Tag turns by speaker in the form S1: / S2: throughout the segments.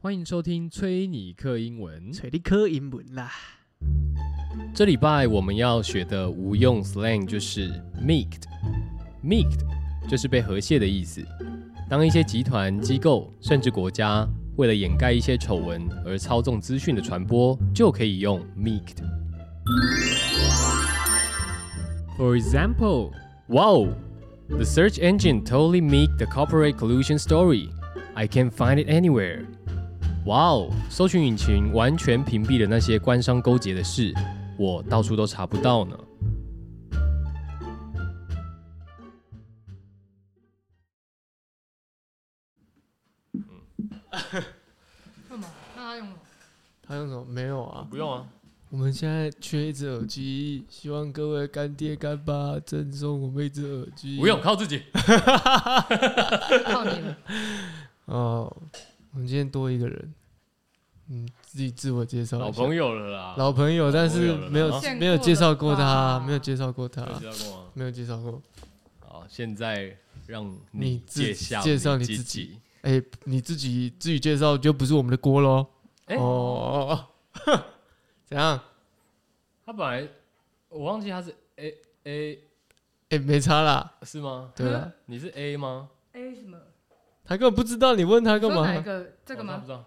S1: 欢迎收听崔尼克英文。
S2: 找你考英文啦。
S1: 这礼拜我们要学的无用 slang 就是 meeked。meeked 就是被和谐的意思。当一些集团、机构甚至国家为了掩盖一些丑闻而操纵资讯的传播，就可以用 meeked。For example, wow, the search engine totally meeked the corporate collusion story. I can't find it anywhere. 哇哦！搜寻引擎完全屏蔽了那些官商勾结的事，我到处都查不到呢。
S3: 干嘛？那他用什么？
S2: 他用什么？没有啊。
S1: 不用啊，
S2: 我们现在缺一只耳机，希望各位干爹干爸赠送我们一只耳机。
S1: 不用，靠自己。
S3: 靠你了！
S2: 哦，我们今天多一个人，嗯，自己自我介绍一 下。
S1: 老朋友了啦，
S2: 老朋友，但
S1: 老
S2: 是
S1: 朋友了
S2: 没有
S3: 见过
S2: 没有介绍过
S3: 了
S2: 他，
S3: 吧
S2: 没有介绍过他
S1: 有，知道过吗？
S2: 没有介绍过。
S1: 好，现在让
S2: 你自
S1: 介绍
S2: 介绍
S1: 你
S2: 你自己。哎、你自己自己介绍就不是我们的锅喽。
S1: 哎
S2: 哦哦，哦 怎样？
S1: 他本来我忘记他是 A A
S2: 哎、没差啦，
S1: 是吗？
S2: 对
S3: 嗯
S2: 啊，
S1: 你是 A 吗？
S3: 哎，什么？
S2: 他根本不知道你问他干
S3: 说
S2: 嘛
S3: 哪一，个？这个
S1: 我不
S3: 吗
S1: 知？道，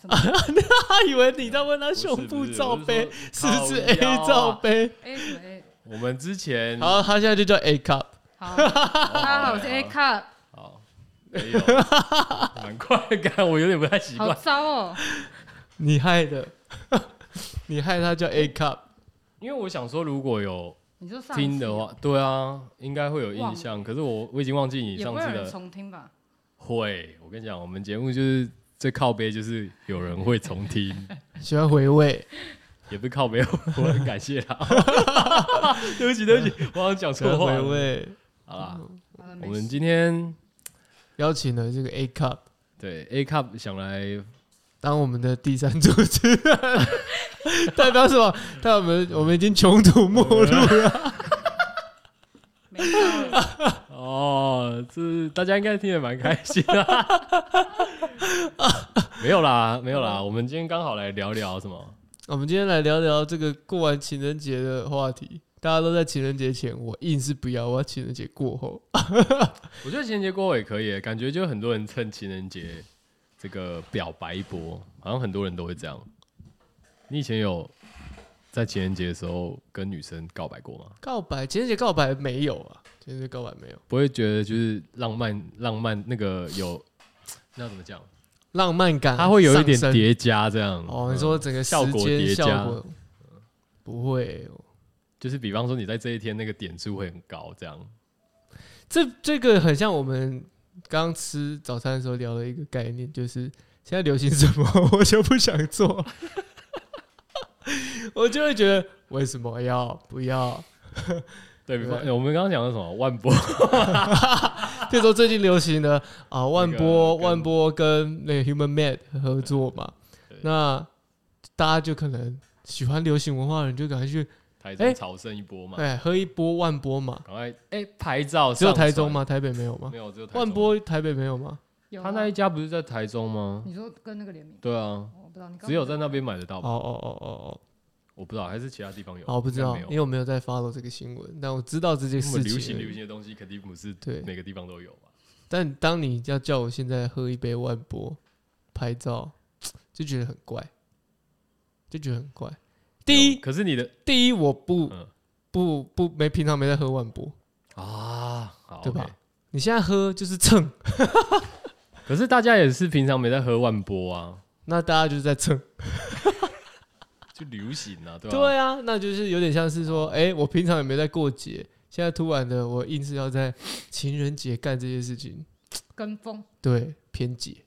S3: 什么
S2: 他以为你在问他
S1: 不是
S2: 胸部罩杯
S1: 不是
S2: 是不是
S1: 我
S2: A
S1: 是说靠腰啊
S2: 罩杯，
S3: ？A 哎什么 A？
S1: 我们之前哦
S2: 然后他现在就叫 A cup。
S3: 好，大家啊好，我是 A cup，
S1: 好，哦没有， 蛮快的，干我有点不太习
S3: 好
S1: 惯，
S3: 糟哦。
S2: 你害的， 你害他叫 A cup，
S1: 因为我想说如果有
S3: 你说上一次
S1: 听的话，对啊，应该会有印象。可是我我已经忘记你
S3: 也不
S1: 上
S3: 会
S1: 次
S3: 有人
S1: 的
S3: 重听吧？
S1: 会。我跟你讲，我们节目就是最靠背，就是有人会重 听，
S2: 喜欢回味。
S1: 也不是靠背，我很感谢 他。对不起，对不起，我好像讲
S2: 喜欢
S1: 错话
S2: 回
S1: 了。
S2: 味，
S1: 好啦，
S3: 好了，
S1: 我
S3: 嗯没
S1: 们
S3: 事。
S1: 今天
S2: 邀请了这个 A cup
S1: 对 A cup 想来
S2: 当我们的第三主持人， 代表什么？代表我们我们已经穷途末路了。
S3: 没 招了。
S1: 哦，这大家应该听得蛮开心 的。没有啦，没有啦，我们今天刚好来聊聊什么？
S2: 我们今天来聊聊这个过完情人节的话题。大家都在情人节前，我硬是不要，我要情人节过后。
S1: 我觉得情人节过后也可以耶，感觉就很多人趁情人节这个表白一波，好像很多人都会这样。你以前有在情人节的时候跟女生告白过吗？
S2: 告白，情人节告白没有啊？情人节告白没有，
S1: 不会觉得就是浪漫浪漫那个有那怎么讲？
S2: 浪漫感
S1: 它会有一点
S2: 嗯上升
S1: 叠加这样。
S2: 哦，
S1: 嗯
S2: 你说整个时
S1: 效果叠
S2: 间
S1: 加
S2: 效果不会哦、
S1: 就是比方说你在这一天那个点数会很高这样。
S2: 这这个很像我们刚刚吃早餐的时候聊的一个概念，就是现在流行什么， 我就不想做， 我就会觉得为什么要不要？
S1: 对比方，
S2: 对
S1: 我们刚刚讲的什么万波，
S2: 譬如说最近流行的啊，万波
S1: 跟
S2: 万波跟那个 Human Made 合作嘛
S1: 对，
S2: 那大家就可能喜欢流行文化的人就赶快去
S1: 台
S2: 哎
S1: 中朝圣一波嘛，
S2: 哎喝一波万波嘛，
S1: 赶快哎拍照。
S2: 只有台中？吗？台北没有吗
S1: 没？有，只有台中
S2: 万。波台北没有吗？
S3: 有
S1: 他
S3: 啊
S1: 那一家不是在台中吗？
S3: 你说跟那个联名，哦
S1: 对啊，
S3: 我不知道你刚
S1: 只有在那边买得到
S2: 哦
S1: 吧？
S2: 哦哦哦
S1: 我不知道，还是其他地方有
S2: 哦，？好，不知
S1: 应
S2: 道
S1: 该，
S2: 因
S1: 没
S2: 为
S1: 有。
S2: 我没有在 follow 这个新闻，但我知道这件
S1: 那么
S2: 事
S1: 流行流
S2: 情。
S1: 行的东西肯定不是
S2: 对
S1: 每个地方都有吧？
S2: 但当你要叫我现在喝一杯万波拍照，就觉得很怪，就觉得很怪。第
S1: 有
S2: 一，
S1: 可是你的
S2: 第一，我不
S1: 嗯
S2: 不不没平常没在喝万波，
S1: 啊，好
S2: 对吧
S1: OK
S2: 你现在喝就是蹭，
S1: 可是大家也是平常没在喝万波啊，
S2: 那大家就是在蹭。
S1: 就流行啊，哦对吧？
S2: 对啊，那就是有点像是说，哎、我平常也没在过节，现在突然的我硬是要在情人节干这些事情，
S3: 跟风，
S2: 对，偏激。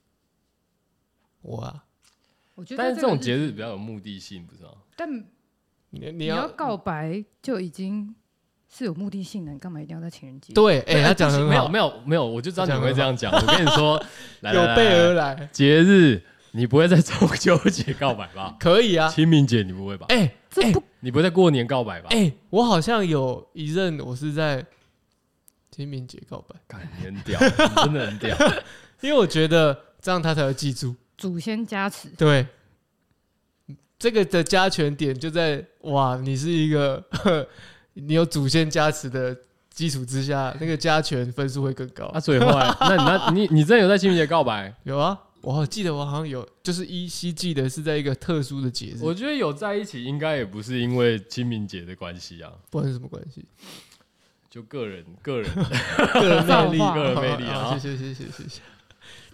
S2: 我啊，
S3: 我觉得
S1: 但是这种节
S3: 日，
S1: 日比较有目的性，不是吗？
S3: 但
S2: 你你
S3: 你
S2: 要
S3: 要告白就已经是有目的性的，你干嘛一定要在情人节？
S2: 对，哎、他讲得很
S1: 没有
S2: 好，
S1: 没有没有，我就知道你
S2: 讲得
S1: 会
S2: 很
S1: 这样讲。我跟你说，来
S2: 有
S1: 来来
S2: 备
S1: 来
S2: 而来，
S1: 节日，你不会在中秋节告白吧？
S2: 可以啊。
S1: 清明节你不会吧？
S2: 哎、
S3: 这不
S1: 你不会在过年告白吧？
S2: 哎、我好像有一任，我是在清明节告白，
S1: 干，你很屌，你真的很屌。
S2: 因为我觉得这样他才会记住。
S3: 祖先加持，
S2: 对，这个的加权点就在哇，你是一个 你有祖先加持的基础之下，那个加权分数会更高。
S1: 啊，所以后来，那你 那你你真的有在清明节告白？
S2: 有啊，我好记得我好像有，就是依稀记得是在一个特殊的节日，
S1: 我觉得有在一起，应该也不是因为清明节的关系啊，
S2: 不知道是什么关系。
S1: 就个人个 人
S2: 个人魅力，
S3: 造化
S1: 个人魅力啊
S2: 好谢谢谢谢谢谢。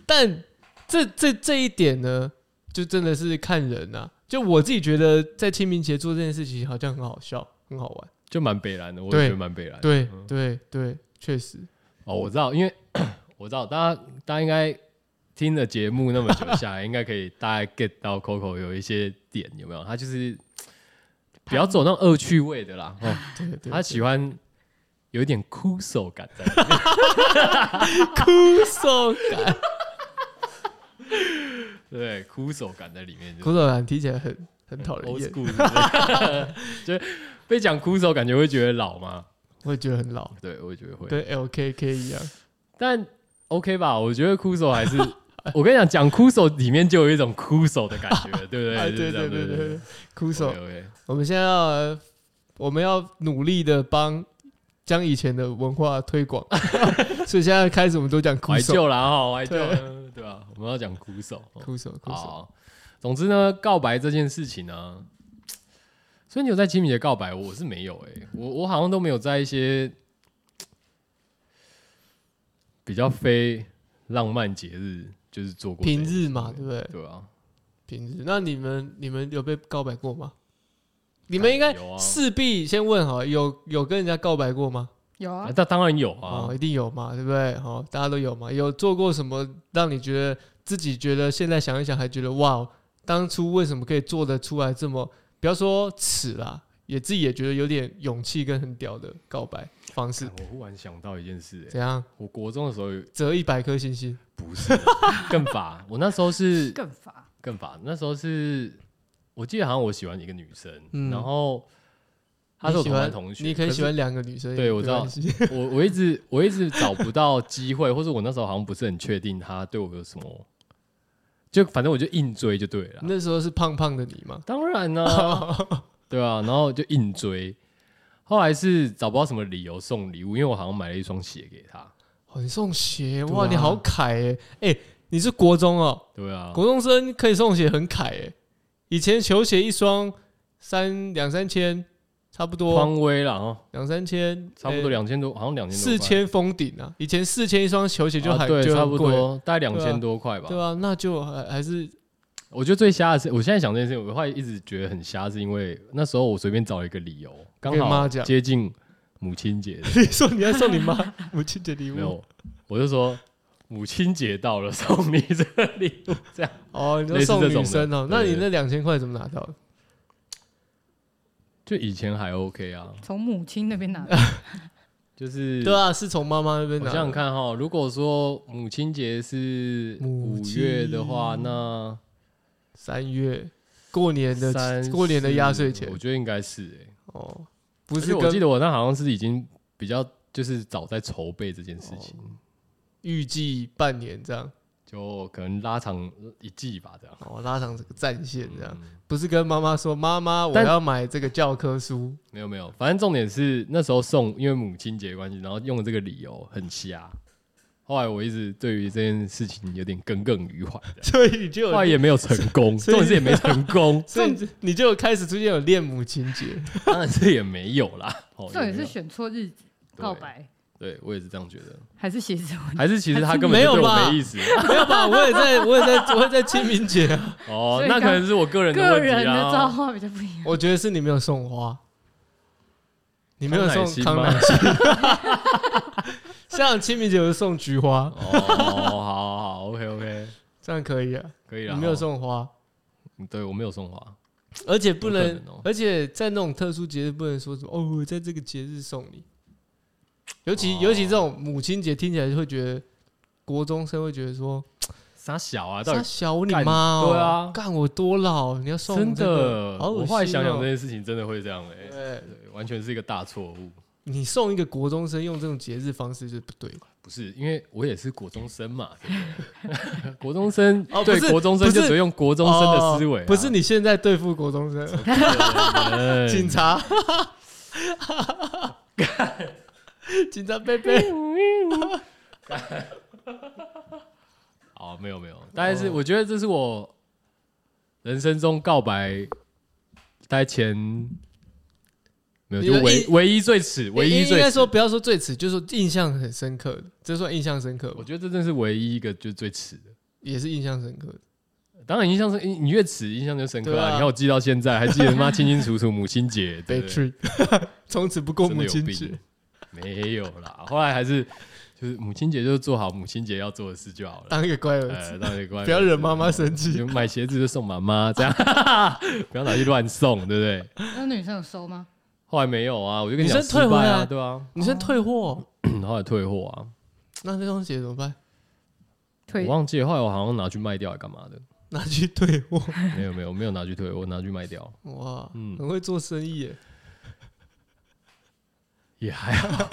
S2: 但这这这一点呢，就真的是看人呐、就我自己觉得，在清明节做这件事情好像很好笑，很好玩。
S1: 就蛮北蓝的，我
S2: 对
S1: 也觉得蛮北蓝的。
S2: 对
S1: 嗯
S2: 对对，确实。
S1: 哦，我知道，因为我知道大家大家应该听了节目那么久下 来，应该可以大概 get 到 Coco 有一些点有没有？他就是比较走那种恶趣味的啦，哦、
S2: 对对对，
S1: 他喜欢有一点哭手感在里面。
S2: 哭手感，
S1: 对，哭手感在里面就是
S2: 哭手感听起来很很讨人
S1: old
S2: 厌，
S1: school，是不是 就是被讲哭手感觉会觉得老吗？
S2: 我也觉得很老，
S1: 对，我也觉得会。
S2: 跟 LKK 一样。
S1: 但 OK 吧，我觉得哭手还是， 我跟你讲，讲哭手里面就有一种哭手的感 觉，对不
S2: 哎，
S1: 对？
S2: 对对对
S1: 对
S2: 对对，，哭手
S1: OK，OK。OK，OK
S2: 我们现在要呃我们要努力的帮将以前的文化推广，所以现在开始我们都讲哭
S1: 怀
S2: 手，
S1: 旧啦哈，怀旧， 对吧？我们要讲苦手。哦
S2: 哭手，哭手。
S1: 好，总之呢，告白这件事情呢，所以你有在清明节告白，我是没有哎、我我好像都没有在一些比较非浪漫节日就是做过这
S2: 平
S1: 件事
S2: 日嘛，对不对？
S1: 对啊，
S2: 平日，那你们你们有被告白过吗？你们应该
S1: 有啊
S2: 势必先问好，有有跟人家告白过吗？
S3: 有啊
S1: 啊，那当然有啊
S2: 哦，，一定有嘛，对不对？哦，大家都有嘛，有做过什么让你觉得自己觉得现在想一想还觉得哇，哦当初为什么可以做得出来这么，不要说耻啦，也自己也觉得有点勇气跟很屌的告白方式
S1: 干，哎我忽然想到一件事、欸，
S2: 怎样
S1: 我国中的时候有
S2: 折一百颗星星？
S1: 不是更 法，我那时候是
S3: 更乏，
S1: 更法，那时候是我记得好像我喜欢一个女生，
S2: 嗯
S1: 然后她是我
S2: 你喜
S1: 同班
S2: 欢
S1: 同学，
S2: 你可以
S1: 是
S2: 喜欢两个女生，
S1: 对我知道
S2: 没关系
S1: 我我一直我一直找不到机会，或者我那时候好像不是很确定他对我有什么，就反正我就硬追就对了啦。
S2: 那时候是胖胖的你嘛，
S1: 当然呢、 对啊，然后就硬追，后来是找不到什么理由送礼物，因为我好像买了一双鞋给他，
S2: 哦，你送鞋
S1: 对
S2: 哇，
S1: 啊
S2: 你好凯哎、哎、你是国中哦，
S1: 对啊，
S2: 国中生可以送鞋很凯哎、以前球鞋一双三两三千，差不多
S1: 匡威啦，哦，
S2: 两三千，
S1: 差不多两千多，好像两
S2: 哎
S1: 千多块，
S2: 四千封顶啊，以前四千一双球鞋就
S1: 啊
S2: 还、
S1: 对，
S2: 就
S1: 差
S2: 很
S1: 不
S2: 贵，
S1: 多，大概
S2: 啊
S1: 两千多块吧
S2: 对。啊，那就还还是
S1: 我觉得最瞎的是，我现在想这件事情，我会一直觉得很瞎，是因为那时候我随便找了一个理由，刚
S2: 跟妈
S1: 好
S2: 讲
S1: 接近母亲节的
S2: 你说你要送你 妈母亲节礼
S1: 没
S2: 物
S1: 有，我就说母亲节到了，送你这个礼物。这样
S2: 哦，你
S1: 类似
S2: 说送
S1: 这
S2: 女
S1: 种的
S2: 生哦，
S1: 对
S2: 那你
S1: 对
S2: 那两千块怎么拿到的？
S1: 就以前还 OK 啊，
S3: 从母亲那边拿的，
S1: 哦就是
S2: 对啊，是从妈妈那
S1: 我
S2: 边拿的。
S1: 想想看哈，如果说母亲节是
S2: 母
S1: 五
S2: 亲
S1: 月的话，那
S2: 三月过年的
S1: 三
S2: 过年的压岁
S1: 四
S2: 钱
S1: 我觉得应该是哎、
S2: 哦，
S1: 不
S2: 不是
S1: 我记
S2: 跟
S1: 得我那好像是已经比较就是早在筹备这件事情，
S2: 预计半年这样
S1: 就可能拉长一季吧，这样。
S2: 哦，拉长这个战线这样，
S1: 嗯
S2: 不是跟妈妈说妈妈我
S1: 但
S2: 要买这个教科书，
S1: 没有没有，反正重点是那时候送，因为母亲节的关系，然后用了这个理由很瞎。后来我一直对于这件事情有点耿耿于怀， 这样
S2: 所以你就
S1: 后来
S2: 有
S1: 也没有成功，
S2: 所以，
S1: 重点是也没成功
S2: 所以你就有开始出现有恋母情节，
S1: 当然是也没有 啦。哦
S3: 这也
S1: 没
S3: 是
S1: 有
S3: 选错日子告白，
S1: 对我也是这样觉得，
S3: 还是鞋子问题？
S1: 还是其实他根本
S2: 还是没有
S1: 就对
S2: 吧
S1: 我没意思
S2: 没有吧？我也在，我也在，我也在清明节 啊，
S1: 哦
S3: 所，以
S1: 那
S3: 刚
S1: 可能是我个人
S3: 个
S1: 问题
S3: 人的造
S1: 啊。
S3: 化比较不一样。
S2: 我觉得是你没有送花， 你没有
S1: 康乃
S2: 送
S1: 馨
S2: 康
S1: 吗
S2: 乃馨，像清明节我就送菊花，
S1: 哦，好好好，OK OK，
S2: 这样可以啊，
S1: 可以
S2: 你
S1: 了。
S2: 没有
S1: 哦，
S2: 送花。
S1: 对我没有送花，
S2: 而且不
S1: 有
S2: 能，
S1: 可能哦
S2: 而且在那种特殊节日不能说什么哦，我在这个节日送你。尤其、
S1: 哦
S2: 尤其这种母亲节，听起来就会觉得国中生会觉得说，
S1: 傻小啊，到
S2: 傻
S1: 底
S2: 小你
S1: 干
S2: 妈、哦，
S1: 对啊
S2: 干我多老，你要送我
S1: 真
S2: 这个
S1: 的，
S2: 好恶
S1: 我
S2: 心、
S1: 后
S2: 哦。
S1: 来想想这件事情真的会这样哎。
S2: 对，
S1: 对，完全是一个大错误。
S2: 你送一个国中生用这种节日方式就是不对的。
S1: 不是，因为我也是国中生嘛，对不 对国中生
S2: 哦不
S1: 对
S2: 是
S1: 国中生
S2: 不是
S1: 就只会用国中生的思维啊、
S2: 哦不是你现在对付国中生，
S1: 嗯
S2: 警察， 警察贝贝，
S1: 哦，没有没有，大概是我觉得这是我人生中告白，大概前没有
S2: 你
S1: 就
S2: 的
S1: 唯
S2: 印
S1: 唯一最耻，唯一
S2: 应
S1: 最
S2: 该
S1: 耻
S2: 说。不要说最迟，就是说印象很深刻的，这算印象深刻
S1: 我
S2: 吗？
S1: 觉得这真是唯一一个就是最耻的。
S2: 也是印象深刻的。
S1: 当然印象深，你你越耻印象就深刻
S2: 对
S1: 啊！
S2: 啊
S1: 你看我记到现在，还记得妈清清楚楚母亲节，对
S2: 被
S1: 不对？
S2: treat，从 此不过
S1: 真
S2: 母
S1: 的有
S2: 亲
S1: 病
S2: 节。
S1: 没有啦，后来还是就是母亲节就是做好母亲节要做的事就好了。
S2: 当一个乖儿子，
S1: 呃，当然乖
S2: 不要惹妈
S1: 哎
S2: 妈生气
S1: 就。买鞋子就送妈妈，这样 不要拿去乱送，对不对？
S3: 那女生有收吗？
S1: 后来没有啊，我就跟你讲
S2: 女生退
S1: 失败
S2: 回
S1: 啊，
S2: 来
S1: 对啊，
S2: 女生退货，哦
S1: 后来退货啊，
S2: 那这双鞋怎么办？
S1: 我
S3: 推
S1: 忘记了，后来我好像拿去卖掉，还干嘛的？
S2: 拿去退货。
S1: 没有没有，我没有拿去退，我拿去卖掉，
S2: 哇，
S1: 嗯
S2: 很会做生意耶。
S1: 也还好，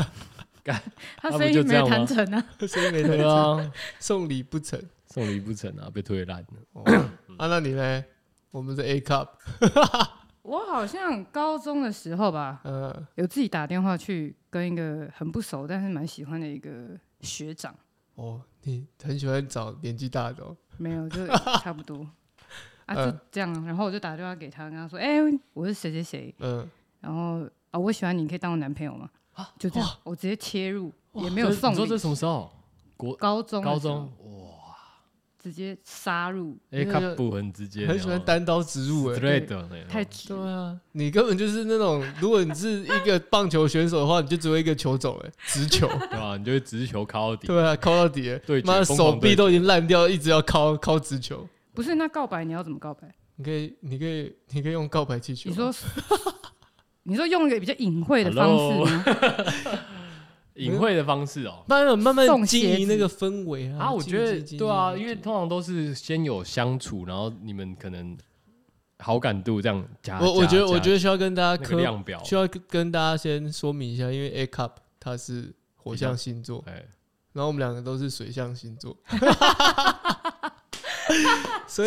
S3: 他
S1: 不
S3: 生意
S1: 就这
S3: 没有
S1: 样吗
S3: 谈成啊。
S2: 生意没
S1: 对
S2: 得
S1: 啊，
S2: 送礼不成。
S1: 送礼不成啊，被推烂了。
S2: 哦
S1: 嗯
S2: 啊，那你呢？我们的 A cup，
S3: 我好像高中的时候吧，
S2: 呃，
S3: 有自己打电话去跟一个很不熟但是蛮喜欢的一个学长，
S2: 哦，你很喜欢找年纪大的、哦，
S3: 没有就差不 多啊，就
S1: 呃
S2: 嗯
S3: 这样。然后我就打电话给他，跟他说：“哎、我是谁谁谁，
S2: 嗯，
S3: 然后啊、我喜欢你，你可以当我男朋友吗？”
S1: 啊
S3: 就这样，我直接切入，也没有
S1: 这
S3: 送
S1: 你说这
S3: 礼。
S1: 什么时候？国
S3: 高中的
S1: 高
S3: 时候
S1: 中哇
S3: 直接杀入，
S1: ，A
S2: 因为
S1: cup 不很直接，
S2: 很喜欢单刀直入哎、
S1: straight 的，
S3: 太直
S2: 对啊，你根本就是那种，如果你是一个棒球选手的话，你就只会一个球种哎、直球，
S1: 对吧？你就会直球敲到底，
S2: 对啊，敲到底、欸，
S1: 对决
S2: 妈的
S1: 疯狂
S2: 手
S1: 对
S2: 臂
S1: 决
S2: 都已经烂掉，一直要敲敲直球。
S3: 不是那告白你要怎么告白？
S2: 你可以，你可以，你可以用告白气球。
S3: 你说，你说用一个比较隐晦的方式吗？
S1: 隐晦的方式哦。
S2: 慢慢慢慢
S3: 送
S2: 经
S3: 鞋
S2: 营
S3: 子
S2: 那个氛围啊
S1: 啊，我觉得对啊，因为
S2: 通
S1: 通常都是先有相处，然后你们可能好感度这样加。
S2: 我我觉得，
S1: 加
S2: 我觉
S1: 加
S2: 得需要跟大家
S1: 啊那个
S2: 科
S1: 量表，嗯
S2: 需要跟跟大家先说明一下，因为 A cup 它是火象星座，
S1: 哎，
S2: 然后我们两个都是水象星 座，所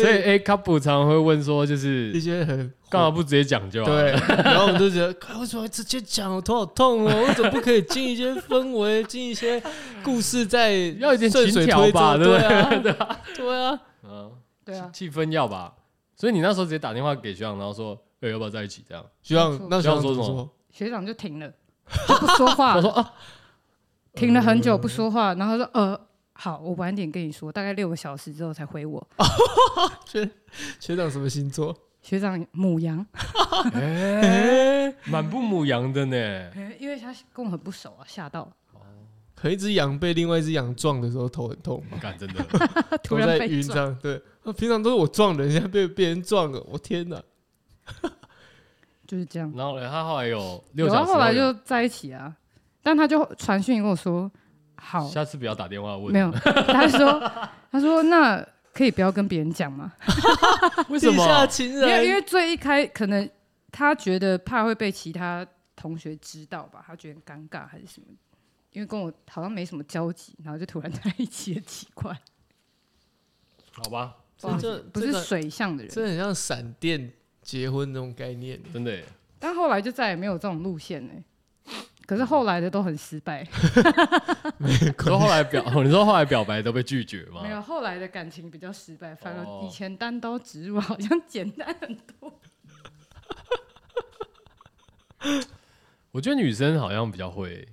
S1: 所以
S2: 以
S1: A couple 常常会问说，就
S2: 一
S1: 是
S2: 些很
S1: 干嘛不直接讲就好？
S2: 对，啊 然后我们就觉得， 哎为什么直接讲？我头好痛哦，为什么不可以进一些氛围，进一些故事在
S1: 要有点
S2: 顺水
S1: 情调
S2: 推
S1: 吧
S2: 舟？
S1: 对不对
S2: 啊，对啊，对啊，
S1: 嗯，
S3: 对啊，
S1: 气氛要吧。所以你那时候直接打电话给学长，然后说，哎，要不要在一起？这样，
S2: 徐
S3: 没错
S2: 阳，那徐阳
S1: 徐阳
S2: 怎么
S1: 说什么
S2: 说？
S3: 学长就停了，就不说话。
S1: 我说 嗯啊，
S3: 停了很久不说话，然后他说呃，好，我晚点跟你说，大概六个小时之后才回我。
S2: 学学长什么星座？
S3: 学长母羊，
S1: 哎，满不母羊的呢，
S3: 呃因为他跟我很不熟啊，吓到，
S2: 可能一只羊被另外一只羊撞的时候头很痛。
S1: 干真 的，
S3: 他突
S2: 都
S3: 然
S2: 在
S3: 被
S2: 晕
S3: 撞。
S2: 样，对，啊平常都是我撞人，现在被别人撞了，我天哪！
S3: 就是这样。
S1: 然后呢，他后来有六
S3: 有
S1: 小
S3: 啊，
S1: 时
S3: 后来
S1: 有
S3: 就在一起啊，但他就传讯跟我说，好，
S1: 下次不要打电话问，
S3: 没有，他说他说那可以不要跟别人讲吗？
S1: 为什
S2: 地下
S1: 么？
S2: 情
S3: 因为因
S2: 人，
S3: 为最一开可能他觉得怕会被其他同学知道吧，他觉得很尴尬还是什么，因为跟我好像没什么交集，然后就突然在一起，很奇 怪。
S1: 好吧，
S2: 这这
S3: 不
S2: 这
S3: 是
S2: 个
S3: 水象的人，
S2: 这很像闪电结婚那种概念。
S1: 真的耶。
S3: 但后来就再也没有这种路线呢、可是后来的都很失 败，
S1: 你说后来表， 哦你说后来表白都被拒绝吗？
S3: 没有后来的感情比较失败，反
S1: 哦
S3: 而以前单刀直入好像简单很多。
S1: 我觉得女生好像比较会，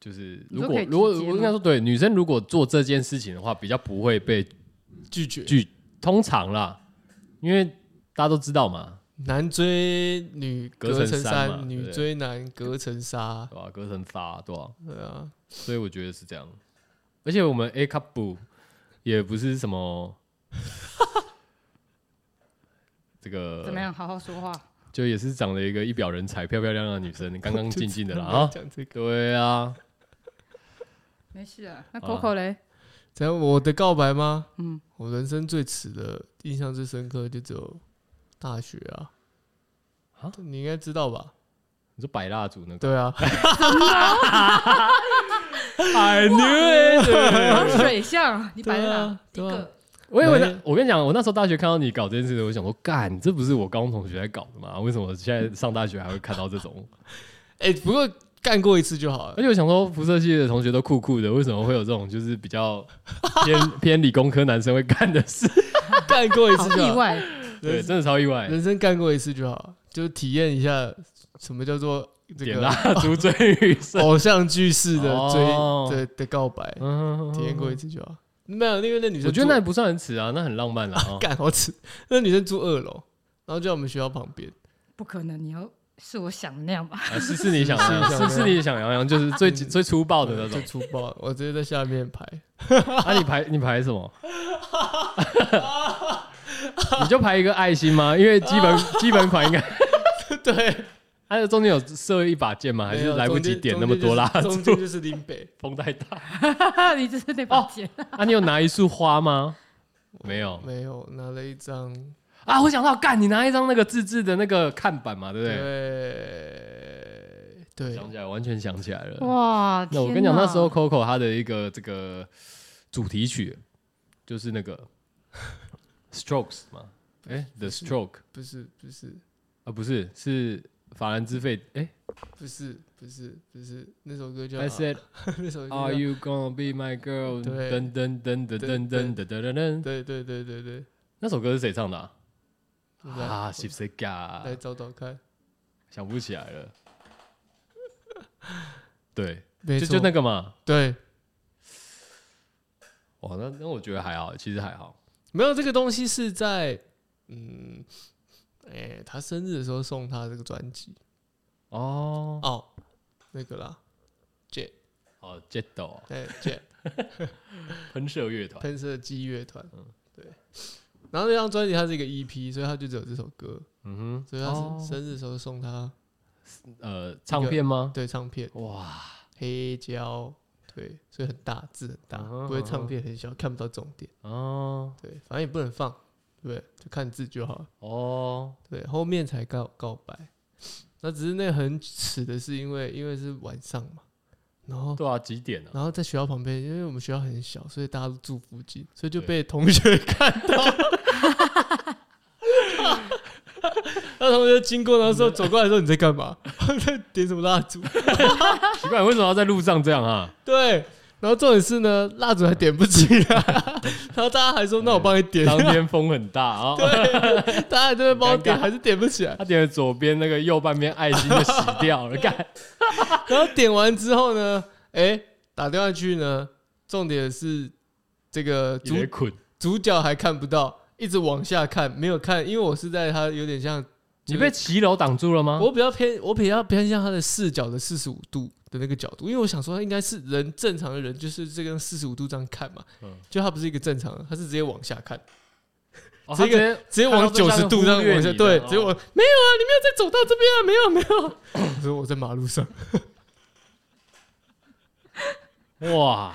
S1: 就是
S3: 你
S1: 如
S3: 说
S1: 果
S3: 可以
S1: 如果
S3: 直接吗
S1: 我应该说对，女生如果做这件事情的话，比较不会被
S2: 拒绝
S1: 拒。通常啦，因为大家都知道嘛，
S2: 男追女
S1: 隔
S2: 隔
S1: 层
S2: 层
S1: 山嘛
S2: 山，
S1: 对不
S2: 女
S1: 对
S2: 追男隔层纱。
S1: 对吧、隔层纱，对吧、
S2: 对啊，
S1: 所以我觉得是这样。而且我们 A couple 也不是什 么这个
S3: 怎么，样？好好说话。
S1: 就也是长了一个一表人才、漂漂亮亮的女生，刚刚静静的
S3: 嗯
S1: 啦
S2: 就
S1: 啊
S2: 只能。讲这个，
S1: 对啊，
S3: 没事啊，那
S1: 啊
S3: Coco 嘞？
S2: 怎样？我的告白吗？
S3: 嗯，
S2: 我人生最迟的印象最深刻就只有大学啊
S1: 啊。嗯
S2: 你应该知道吧？
S1: 你说摆蜡烛那个
S2: 对啊，
S1: ，I knew it。
S3: 然后 水象，你摆在
S2: 对
S3: 哪
S2: 啊？
S3: 一
S2: 对啊
S3: 个
S1: 我以为那
S2: 没
S1: 我跟你讲，我那时候大学看到你搞这件事情，我想说，干，这不是我高中同学在搞的吗？为什么现在上大学还会看到这种？
S2: 哎、不过干过一次就好了
S1: 而。且我想说，辐射系的同学都酷酷的，为什么会有这种就是比较 偏偏理工科男生会干的事？
S2: 干过一次
S3: 好
S2: 就
S3: 意
S2: 好，
S3: 外，
S1: 对，
S2: 人
S1: 真的超意外。
S2: 人生干过一次就好，就体验一下什么叫做这
S1: 点
S2: 个哦
S1: 蜡烛追女生，
S2: 偶像剧式的追
S1: 哦
S2: 的的告白，
S1: 嗯
S2: 体验过一次就好。没有，因为那女生
S1: 我觉得
S2: 住
S1: 那也不算很迟啊，那很浪漫啦。 哦
S2: 干好吃，那女生住二楼，然后就在我们学校旁边，
S3: 不可能，你要是我想的那样吧？
S1: 啊是是你想
S2: 是
S1: 的，
S2: 是
S1: 是是你想杨洋，就是 最
S2: 嗯
S1: 最粗暴的那
S2: 就
S1: 种。
S2: 粗暴，我直接在下面 排。
S1: 啊，你排你排什么？ 你就排一个爱心吗？因为基 本基本款应该，
S2: 对，
S1: 它的中间有射一把剑吗？还
S2: 没
S1: 是
S2: 有
S1: 啊来不及点那么多啦？
S2: 中间就是中间就是林北，
S1: 风太大。
S3: 你只是那把剑，
S1: 啊，你有拿一束花吗？没有
S2: 没有拿了一张，
S1: 啊，我想到，干，你拿一张那个自制的那个看板嘛，对不对？
S2: 对对
S1: 想起来，完全想起来了。
S3: 哇！
S1: 那我
S3: 天
S1: 跟你讲，
S3: 哪
S1: 那时候 Coco 他的一个这个主题曲就是那个 Strokes 嘛，哎，The Stroke
S2: 不是不是
S1: 啊，不是，是法兰兹费，哎。
S2: 不是不是不是那首歌叫
S1: I said,
S2: 那首歌叫
S1: Are you gonna be my girl？
S2: 对
S1: 噔噔噔噔噔噔噔噔噔噔。
S2: 对对对对对，
S1: 那首歌是谁唱的啊？
S2: 对不对
S1: 啊，是谁
S2: 来
S1: 噶？
S2: 找找看，
S1: 想不起来 了。对，
S2: 没
S1: 就
S2: 错，
S1: 就那个嘛。
S2: 对，
S1: 哇，那那我觉得还好，其实还好。
S2: 没有这个东西是在嗯，哎，他生日的时候送他这个专辑
S1: 哦，
S2: 哦，那个啦，
S1: 哦，Jet 斗
S2: 哎，姐，
S1: 喷射乐团。
S2: 喷射机乐团，
S1: 嗯
S2: 对。然后那张专辑它是一个 EP，所以它就只有这首歌，
S1: 嗯
S2: 所
S1: 哼。
S2: 以他
S1: 哦
S2: 是生日的时候送他
S1: 呃，唱片吗？
S2: 对唱片
S1: 哇，
S2: 黑胶，对，所以很大字很大，
S1: 嗯哼
S2: 不
S1: 嗯
S2: 会
S1: 哼
S2: 唱片很小，看不到重点，
S1: 哦
S2: 对，反正也不能放，对不对？就看字就好了。
S1: 哦，
S2: 对，后面才告告白。那只是那很耻的是，因为因为是晚上嘛，然后
S1: 对啊，几点啊？
S2: 然后在学校旁边，因为我们学校很小，所以大家都住附近，所以就被同学看到。那同学经过的时候走过来说：“你在干嘛？ 在点什么蜡烛
S1: 奇怪，为什么要在路上这样啊？？”
S2: 对。然后重点是呢，蜡烛还点不起来， 然后大家还说：“那我帮你点。
S1: 当天风很大啊。
S2: 大家还在那边帮我点，
S1: 尴尬
S2: 还是点不起来。
S1: 他点了左边那个，右半边爱心就洗掉了。 干，
S2: 然后点完之后呢，哎、打电话去呢，重点是这个
S1: 直
S2: 主
S1: 接捆。
S2: 主角还看不到，一直往下看，没有看，因为我是在他有点像，
S1: 你被骑楼挡住了吗？
S2: 我比较偏，我比较偏向他的视角的四十五度的那个角度，因为我想说他应该是人正常的人，就是这个四十五度这样看嘛，
S1: 嗯
S2: 就他不是一个正常人，他是直接往下看，
S1: 哦
S2: 这
S1: 他直
S2: 个
S1: 接
S2: 直接往九十度这样往下，对，直接往
S1: 我
S2: 没有啊，你没有再走到这边啊，没有没有， 我说我在马路上，
S1: 哇！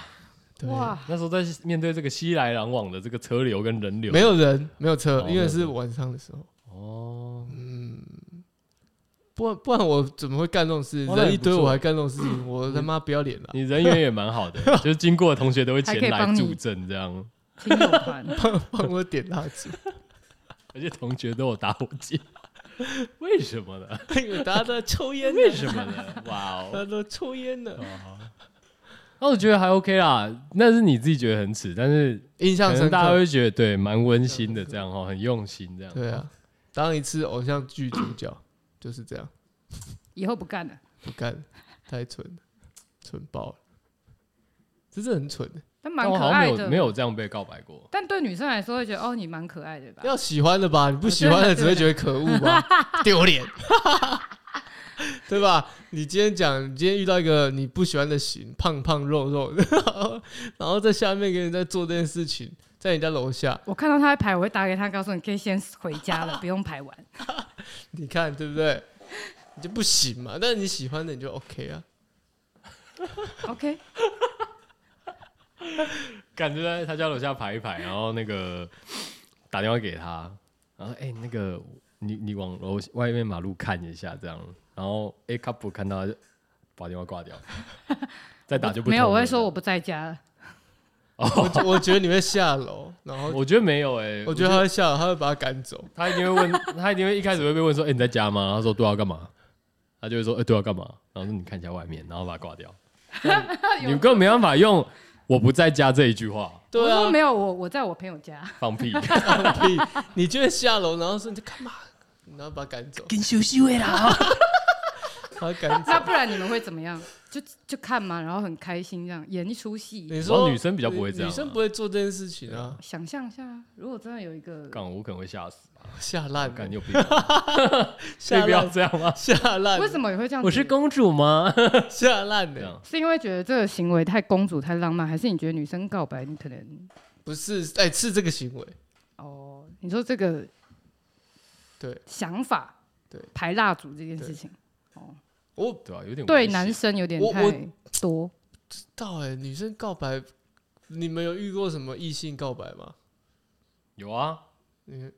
S2: 对
S3: 哇，
S1: 那时候在面对这个熙来攘往的这个车流跟人流，
S2: 没有人，没有车
S1: 哦，
S2: 因
S1: 没有
S2: 为
S1: 车
S2: 是晚上的时候。嗯
S1: 哦，
S2: 不然不然我怎么会干这种事？
S1: 哇那
S2: 人
S1: 也
S2: 一
S1: 不
S2: 堆
S1: 错
S2: 我还干这种事情，我他妈不要脸了！
S1: 你人缘也蛮好 的，就是经过的同学都会前
S3: 还可以
S1: 来
S3: 帮你
S1: 助阵这样，
S3: 听友团，
S2: 帮我点蜡 烛，
S1: 而且同学都有打火机， 为什么呢？
S2: 因为大家都在抽烟呢，
S1: 为什么呢？ 哇
S2: 大家
S1: 哦！
S2: 都抽烟呢。
S1: 那我觉得还 OK 啦，那是你自己觉得很耻，但是
S2: 印
S1: 可
S2: 象
S1: 能
S2: 深
S1: 大家
S2: 刻，
S1: 会觉得对蛮温馨的这样哦，很用心这样。
S2: 对啊，当一次偶像剧主角就是这样，
S3: 以后不干了。
S2: 不干，太蠢了，蠢爆了，这是很蠢欸的，
S3: 但蛮
S1: 但
S3: 可
S1: 我哦好像没
S3: 爱的，
S1: 有没有这样被告白过。
S3: 但对女生来说会觉得哦，你蛮可爱的吧？
S1: 啊
S2: 要喜欢的吧？你不喜欢的只会觉得可 恶吧，丢脸，对吧？你今天讲，你今天遇到一个你不喜欢的型，胖胖肉肉， 的，然后在下面给人在做这件事情，在人家楼下，
S3: 我看到他在排，我会打给他，告诉你可以先回 家了，不用排完。
S2: 你看对不对？你就不行嘛，但是你喜欢的你就 OK 啊，
S3: OK，
S1: 感觉在他家楼下排一排，然后那个打电话给他，然后哎、那个你你往楼外面马路看一下这样，然然后 A cup 看到他就把电话挂 掉，再打就不
S3: 没有，
S1: 通
S3: 我会
S1: 了
S3: 说我不在家了。
S2: 我我觉得你会下楼，然后
S1: 我觉得没有哎、
S2: 我觉得他会下楼，他会把他赶 走。
S1: 他一定会问，他一定会一开始会被问说：“哎、你在家吗？”然后说：“对啊，干嘛？”他就会说：“哎、对啊，干嘛？”然后说：“你看一下外面，然后把它挂 掉。”你根本没办法用“我不在家”这一句话
S2: 对
S3: 我
S2: 啊
S3: 说，没有，我我在我朋友家。
S1: 放屁。
S2: 放屁！你就会下楼，然后说你在干嘛？然后把他赶走，
S1: 跟休息位啦，
S2: 把他赶走
S3: 那。不然你们会怎么样？就就看嘛，然后很开心这样演一出戏。
S2: 你
S1: 我
S2: 说
S1: 女生比较不会这样啊
S2: 女生不会做这件事情啊，
S3: 想象一下，如果真的有一个，
S1: 干我可能会吓 死，
S2: 下烂
S1: 干
S2: 了，
S1: 你有病啊，可以
S2: 下
S1: 不要
S2: 烂，
S1: 这样吗？
S2: 下烂，
S3: 为什么你会这样？
S1: 我是，公主吗？
S2: 下烂
S1: 这
S2: 的？
S1: 样
S3: 是因为觉得这个行为太公主太浪漫，还是你觉得女生告白你可能
S2: 不是，哎，是这个行为，
S3: 哦？你说这个
S2: 对
S3: 想法，
S2: 对
S3: 排蜡烛这件事情，
S2: 我
S1: 对啊，有点
S3: 对
S1: 危险
S3: 男生有点
S2: 我我
S3: 太 多。
S2: 到哎，女生告白，你们有遇过什么异性告白吗？
S1: 有啊，
S2: 你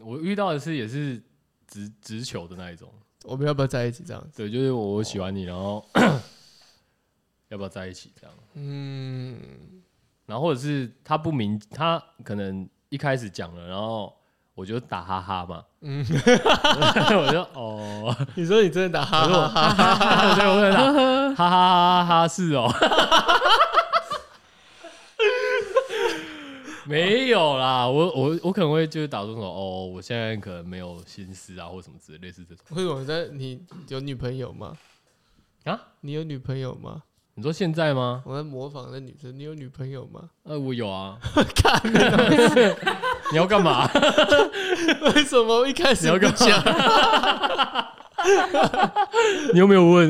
S1: 我遇到的是也是直直球的那一种，
S2: 我们要不要在一起这样？
S1: 对，就是我喜欢你，然后 要不要在一起这样？
S2: 嗯，
S1: 然后或者是他不明，他可能一开始讲了，然后我就打哈哈 嘛，嗯，我就哦，
S2: 你说你真的打哈
S1: 我说
S2: 哈
S1: 我哈哈哈，所以我就打哈哈哈哈是哦，没有啦，我我我可能会就是打出什么哦，我现在可能没有心思啊，或什么之类类似这种
S2: 为什么在你有女朋友吗？
S1: 啊。
S2: 你有女朋友吗？
S1: 你说现在吗？
S2: 我在模仿那女生，你有女朋友吗？
S1: 呃，我有啊。 你要干嘛？
S2: 为什么一开始
S1: 你要
S2: 不
S1: 干嘛
S2: 讲？
S1: 你有没有问？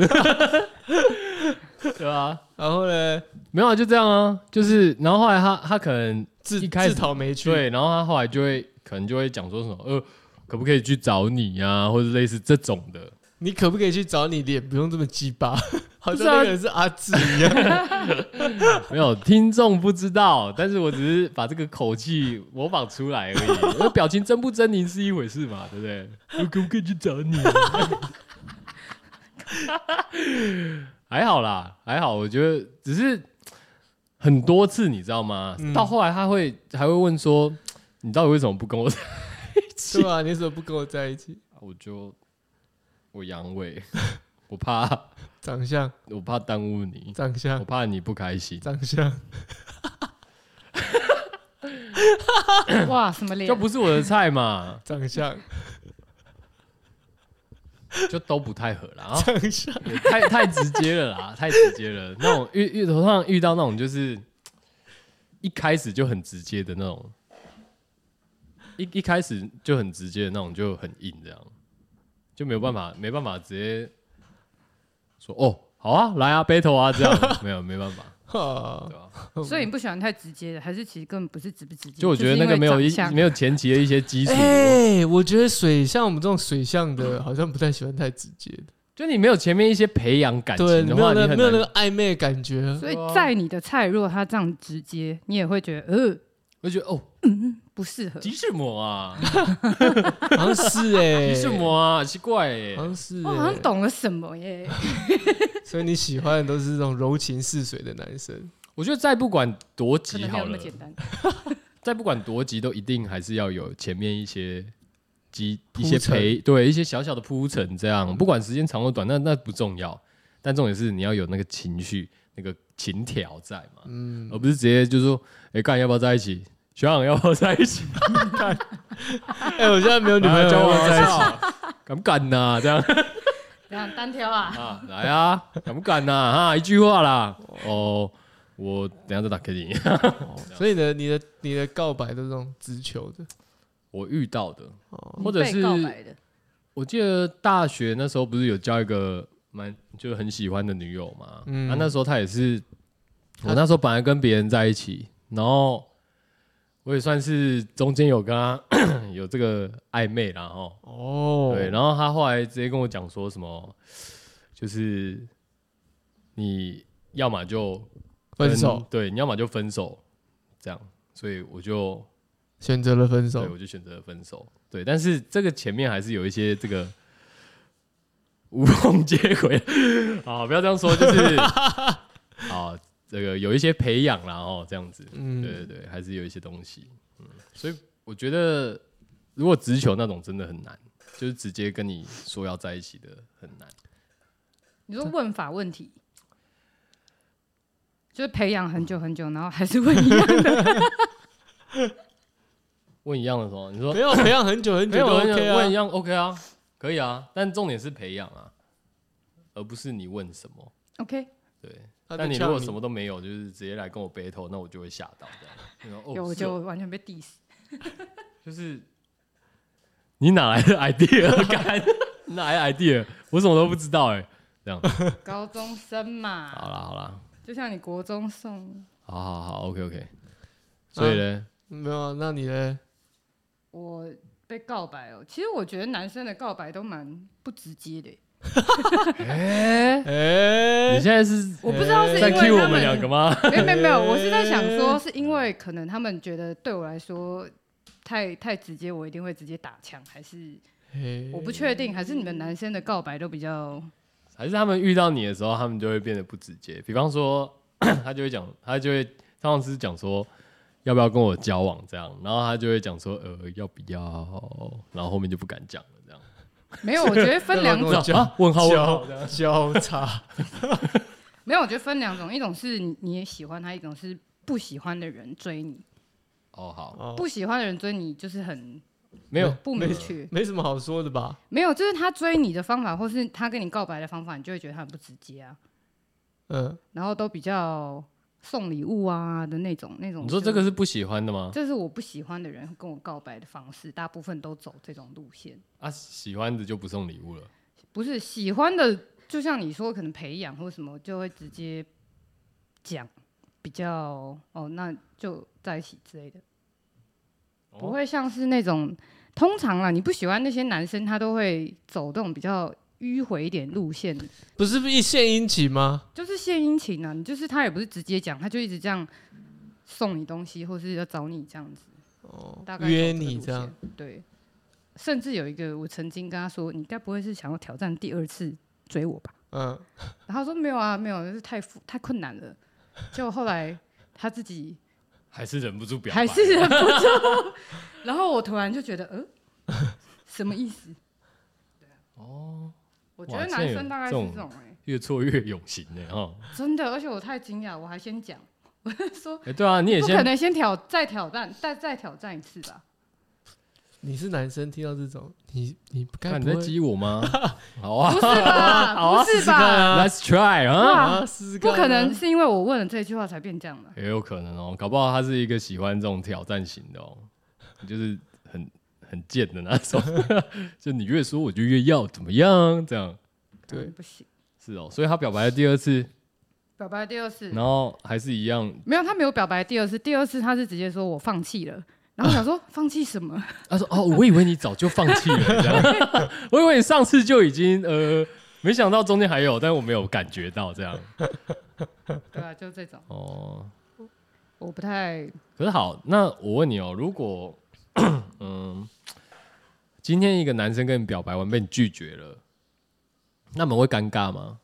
S1: 对啊，
S2: 然后呢，
S1: 没有啊，就这样啊，就是，然后后来他他可能
S2: 自
S1: 一开始
S2: 自讨没趣。
S1: 对，然后他后来就会可能就会讲说什么，呃，可不可以去找你呀、啊，或者类似这种的，
S2: 你可不可以去找你脸？不用这么鸡巴， 好
S1: 是
S2: 像
S1: 啊
S2: 那个人是阿 志一样。
S1: 没有听众不知道，但是我只是把这个口气模仿出来而已，因为表情狰不狰狞是一回事嘛，对不对？ 我可不可以去找你？ 还好啦，还好，我觉得只是很多次，你知道吗？
S2: 嗯
S1: 到后来他会还会问说，你到底为什么不跟我
S2: 对啊，你怎么不跟我在一起？
S1: 我就我阳痿， 我怕
S2: 长相，
S1: 我怕耽误你，
S2: 长
S1: 我
S2: 相，
S1: 怕你不开心，
S2: 长相，
S3: 哇，什么脸
S1: 就？不是我的菜嘛，
S2: 长相，
S1: 就都不太合啦。啊
S2: 长相。
S1: 我太太直接了啦，太直接了。那种遇遇头上遇到那种就是一开始就很直接的那种，一一开始就很直接的那种就很硬，这样就没有办法，没办法直接说哦，好啊，来啊，battle 啊，这样没有没办法，
S2: 哈
S1: 对吧、
S3: 所以你不喜欢太直接的，还是其实根本不是直不直接？
S1: 就我觉得那个没有一
S3: 就是因为长相啊
S1: 没有前期的一些基础，
S2: 哎，我觉得水像我们这种水 象的，好像不太喜欢太直接的。
S1: 就你没有前面一些培养感
S2: 对，
S1: 情的
S2: 没有
S1: 话，
S2: 那
S1: 你
S2: 没
S1: 很
S2: 有那个
S1: 难。
S2: 暧昧的感 觉。啊
S3: 所以在你的菜，如果他这样直接，你也会觉得呃
S1: 我就觉得哦，
S3: 不适合。
S1: 急什么啊？
S2: 哎好像是哎，
S1: 急什么啊？奇怪哎
S2: 好，像是
S3: 我好像
S2: 欸。
S3: 懂了什么耶！
S2: 所以你喜欢的都是这种柔情似水的男生。
S1: 我觉得再不管多
S3: 可
S1: 急
S3: 能没
S1: 好
S3: 有那么
S1: 了，
S3: 简单。
S1: 再不管多急，都一定还是要有前面一些基
S2: 铺
S1: 一
S2: 陈
S1: 些培对一些小小的铺陈，这样不管时间长或短，那那不重要，但重点是你要有那个情绪、那个情调在嘛，
S2: 嗯，
S1: 而不是直接就说哎干要不要在一 起，学长要不要在一起，
S2: 哎，我现在没有女朋友，
S1: 交
S2: 哎我
S1: 往在一
S2: 在
S1: 起，敢不敢呐、这 样。
S3: 这样单挑啊，
S1: 啊，来啊，敢不敢呐、啊？哈，一句话啦。哦，我等一下再打给你。
S2: 所以呢，你的你的告白都是这种直球的。
S1: 我遇到的，
S2: 哦，
S1: 或者
S3: 你被
S1: 是
S3: 告白的，
S1: 我记得大学那时候不是有交一个蛮就是很喜欢的女友嘛？
S2: 嗯
S1: 啊，那时候她也是，我那时候本来跟别人在一起，然后我也算是中间有跟她 有这个暧昧啦，哦，
S2: 哦，
S1: 对，然后他后来直接跟我讲说什么，就是你要么就跟
S2: 分手，
S1: 对，你要么就分手，这样，所以我就
S2: 选择了分
S1: 对
S2: 手。
S1: 我就选择了分手，对，但是这个前面还是有一些这个 无缝接轨。 好，不要这样说，就是 好，这个有一些培养啦哦，这样子，
S2: 嗯，
S1: 对对对，还是有一些东西。嗯，所以我觉得，如果直球那种真的很难，就是直接跟你说要在一起的很难。
S3: 你说问法问题，就是培养很久很久，然后还是问 一样。
S1: 问一样的时候，你说
S2: 没有培养很久很久
S1: 没有
S2: 都
S1: 问
S2: OK
S1: 问一
S2: 啊。
S1: 样 OK 啊，可以啊，但重点是培养啊，而不是你问什么。
S3: OK，
S1: 对，
S2: 他就
S1: 但你
S2: 呛
S1: 如果什么都没有，就是直接来跟我 battle，那我就会吓到这样。 你说哦
S3: 有我
S1: 是哦
S3: 就完全被 diss。
S1: 就是你哪来的 idea？干 哪来的 idea？我什么都不知道哎、
S3: 高中生嘛，
S1: 好啦好啦，
S3: 就像你国中送
S1: 好好好，OK OK。所以呢，
S2: 没有啊，那你呢？
S3: 我被告白哦。其实我觉得男生的告白都蛮不直接的，
S1: 哎、你
S2: 哎，
S1: 现在是
S3: 我不知道是因
S1: 在
S3: 为
S1: cue 我
S3: 他
S1: 们两个 哎吗？
S3: 没有没有没有，我是在想说，是因为可能他们觉得对我来说太太直接，我一定会直接打枪，还是
S2: 嘿
S3: 我不确
S1: 嗯
S3: 定，还是你们男生的告白都比较
S1: 还是他们遇到你的时候，他们就会变得不直接？比方说，他就会讲，他就会上次讲说要不要跟我交往这样，然后他就会讲说呃要不要，然后后面就不敢讲了这样。
S3: 没有？我觉得分两
S2: 跟
S3: 种
S2: 我，讲
S1: 啊？问号问号
S2: 交
S1: 这 样。
S2: 交叉，
S3: 没有，我觉得分两种，一种是你你也喜欢他，一种是不喜欢的人追你。
S1: 哦好，
S2: 哦
S3: 不喜欢的人追你就是很
S1: 没有
S3: 不明确，
S2: 没什么好说的吧？
S3: 没有，就是他追你的方法，或是他跟你告白的方法，你就会觉得他很不直接啊，
S2: 嗯，
S3: 然后都比较送礼物啊的那种那种。
S1: 你说这个是不喜欢的吗？
S3: 这是我不喜欢的人跟我告白的方式，大部分都走这种路线。
S1: 啊，喜欢的就不送礼物了。
S3: 不是喜欢的，就像你说，可能培养或什么，就会直接讲，比较哦，那就在一起之类的，
S1: 哦
S3: 不会像是那种通常啦，你不喜欢那些男生，他都会走这种比较迂回一点路线，
S2: 不是一献殷勤吗？
S3: 就是献殷勤啊。你就是他也不是直接讲，他就一直这样送你东西，或是要找你这样子。
S2: 哦
S3: 大，概走
S2: 约
S3: 个
S2: 你
S3: 路
S2: 这样
S3: 线，对。甚至有一个，我曾经跟他说：“你该不会是想要挑战第二次追我吧
S2: 嗯，？”
S3: 然后他说：“没有啊，没有，就是太复太困难了。”结果后来他自己
S1: 还是忍不住 表白，
S3: 还是忍不住，然后我突然就觉得，呃， 什么意思？
S1: 哦，
S3: 我觉得
S1: 哇这
S3: 男
S1: 有
S3: 生大概是
S1: 这种
S3: 这种哎、
S1: 越挫越勇型的哈。
S3: 真的，而且我太惊讶，我还先讲，我就说
S1: 哎、对啊，你也
S3: 不可
S1: 先
S3: 能先挑再挑战再再挑战一次 吧。
S2: 你是男生，听到这种，你你该
S1: 看你
S2: 不
S1: 在
S2: 会
S1: 激我 吗？好啊
S3: 不是吧？不是
S2: 看
S3: 吧？
S2: 啊
S1: ，Let's try 啊，
S2: 啊，试试
S3: 不
S2: 看
S3: 可能
S2: 啊
S3: 是因为我问了这句话才变这样的。
S1: 也有可能哦，搞不好他是一个喜欢这种挑战型的哦，就是很很贱的那种， 就你越说我就越要怎么样这样。
S2: 对
S3: 嗯不行。
S1: 是哦，所以他表白的第二次，
S3: 表白第二次
S1: 然后还是一样
S3: 没有，他没有表白第二次，第二次他是直接说我放弃了，然后我想说放弃 什么？
S1: 他说：“哦，我以为你早就放弃了，这样，我以为你上次就已经呃，没想到中间还有，但我没有感觉到这样。
S3: 对啊，就这种，”
S1: 哦，
S3: 我不太
S1: 可是好，那我问你哦，如果 嗯，今天一个男生跟你表白完被你拒绝了，那你们会尴尬吗？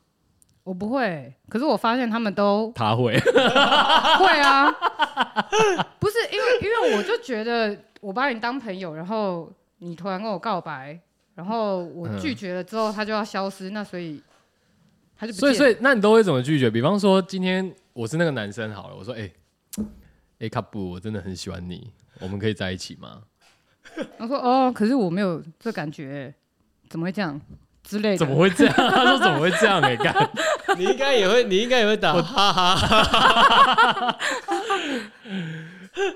S3: 我不会，可是我发现他们都
S1: 他会，
S3: 会啊， 不是因为因为我就觉得我把你当朋友，然后你突然跟我告白，然后我拒绝了之后，他就要消失，那所以他就不
S1: 所以
S3: 见
S1: 所
S3: 了
S1: 以那你都会怎么拒绝？比方说今天我是那个男生好了，我说：“哎、哎，卡布，我真的很喜欢你，我们可以在一起吗？
S3: 然后说哦，可是我没有这感觉，怎么会这样之类的？
S1: 怎么会这样？”他说：“怎么会这样、哎，干。
S2: 你应该也会，你应该也会打，哈哈哈。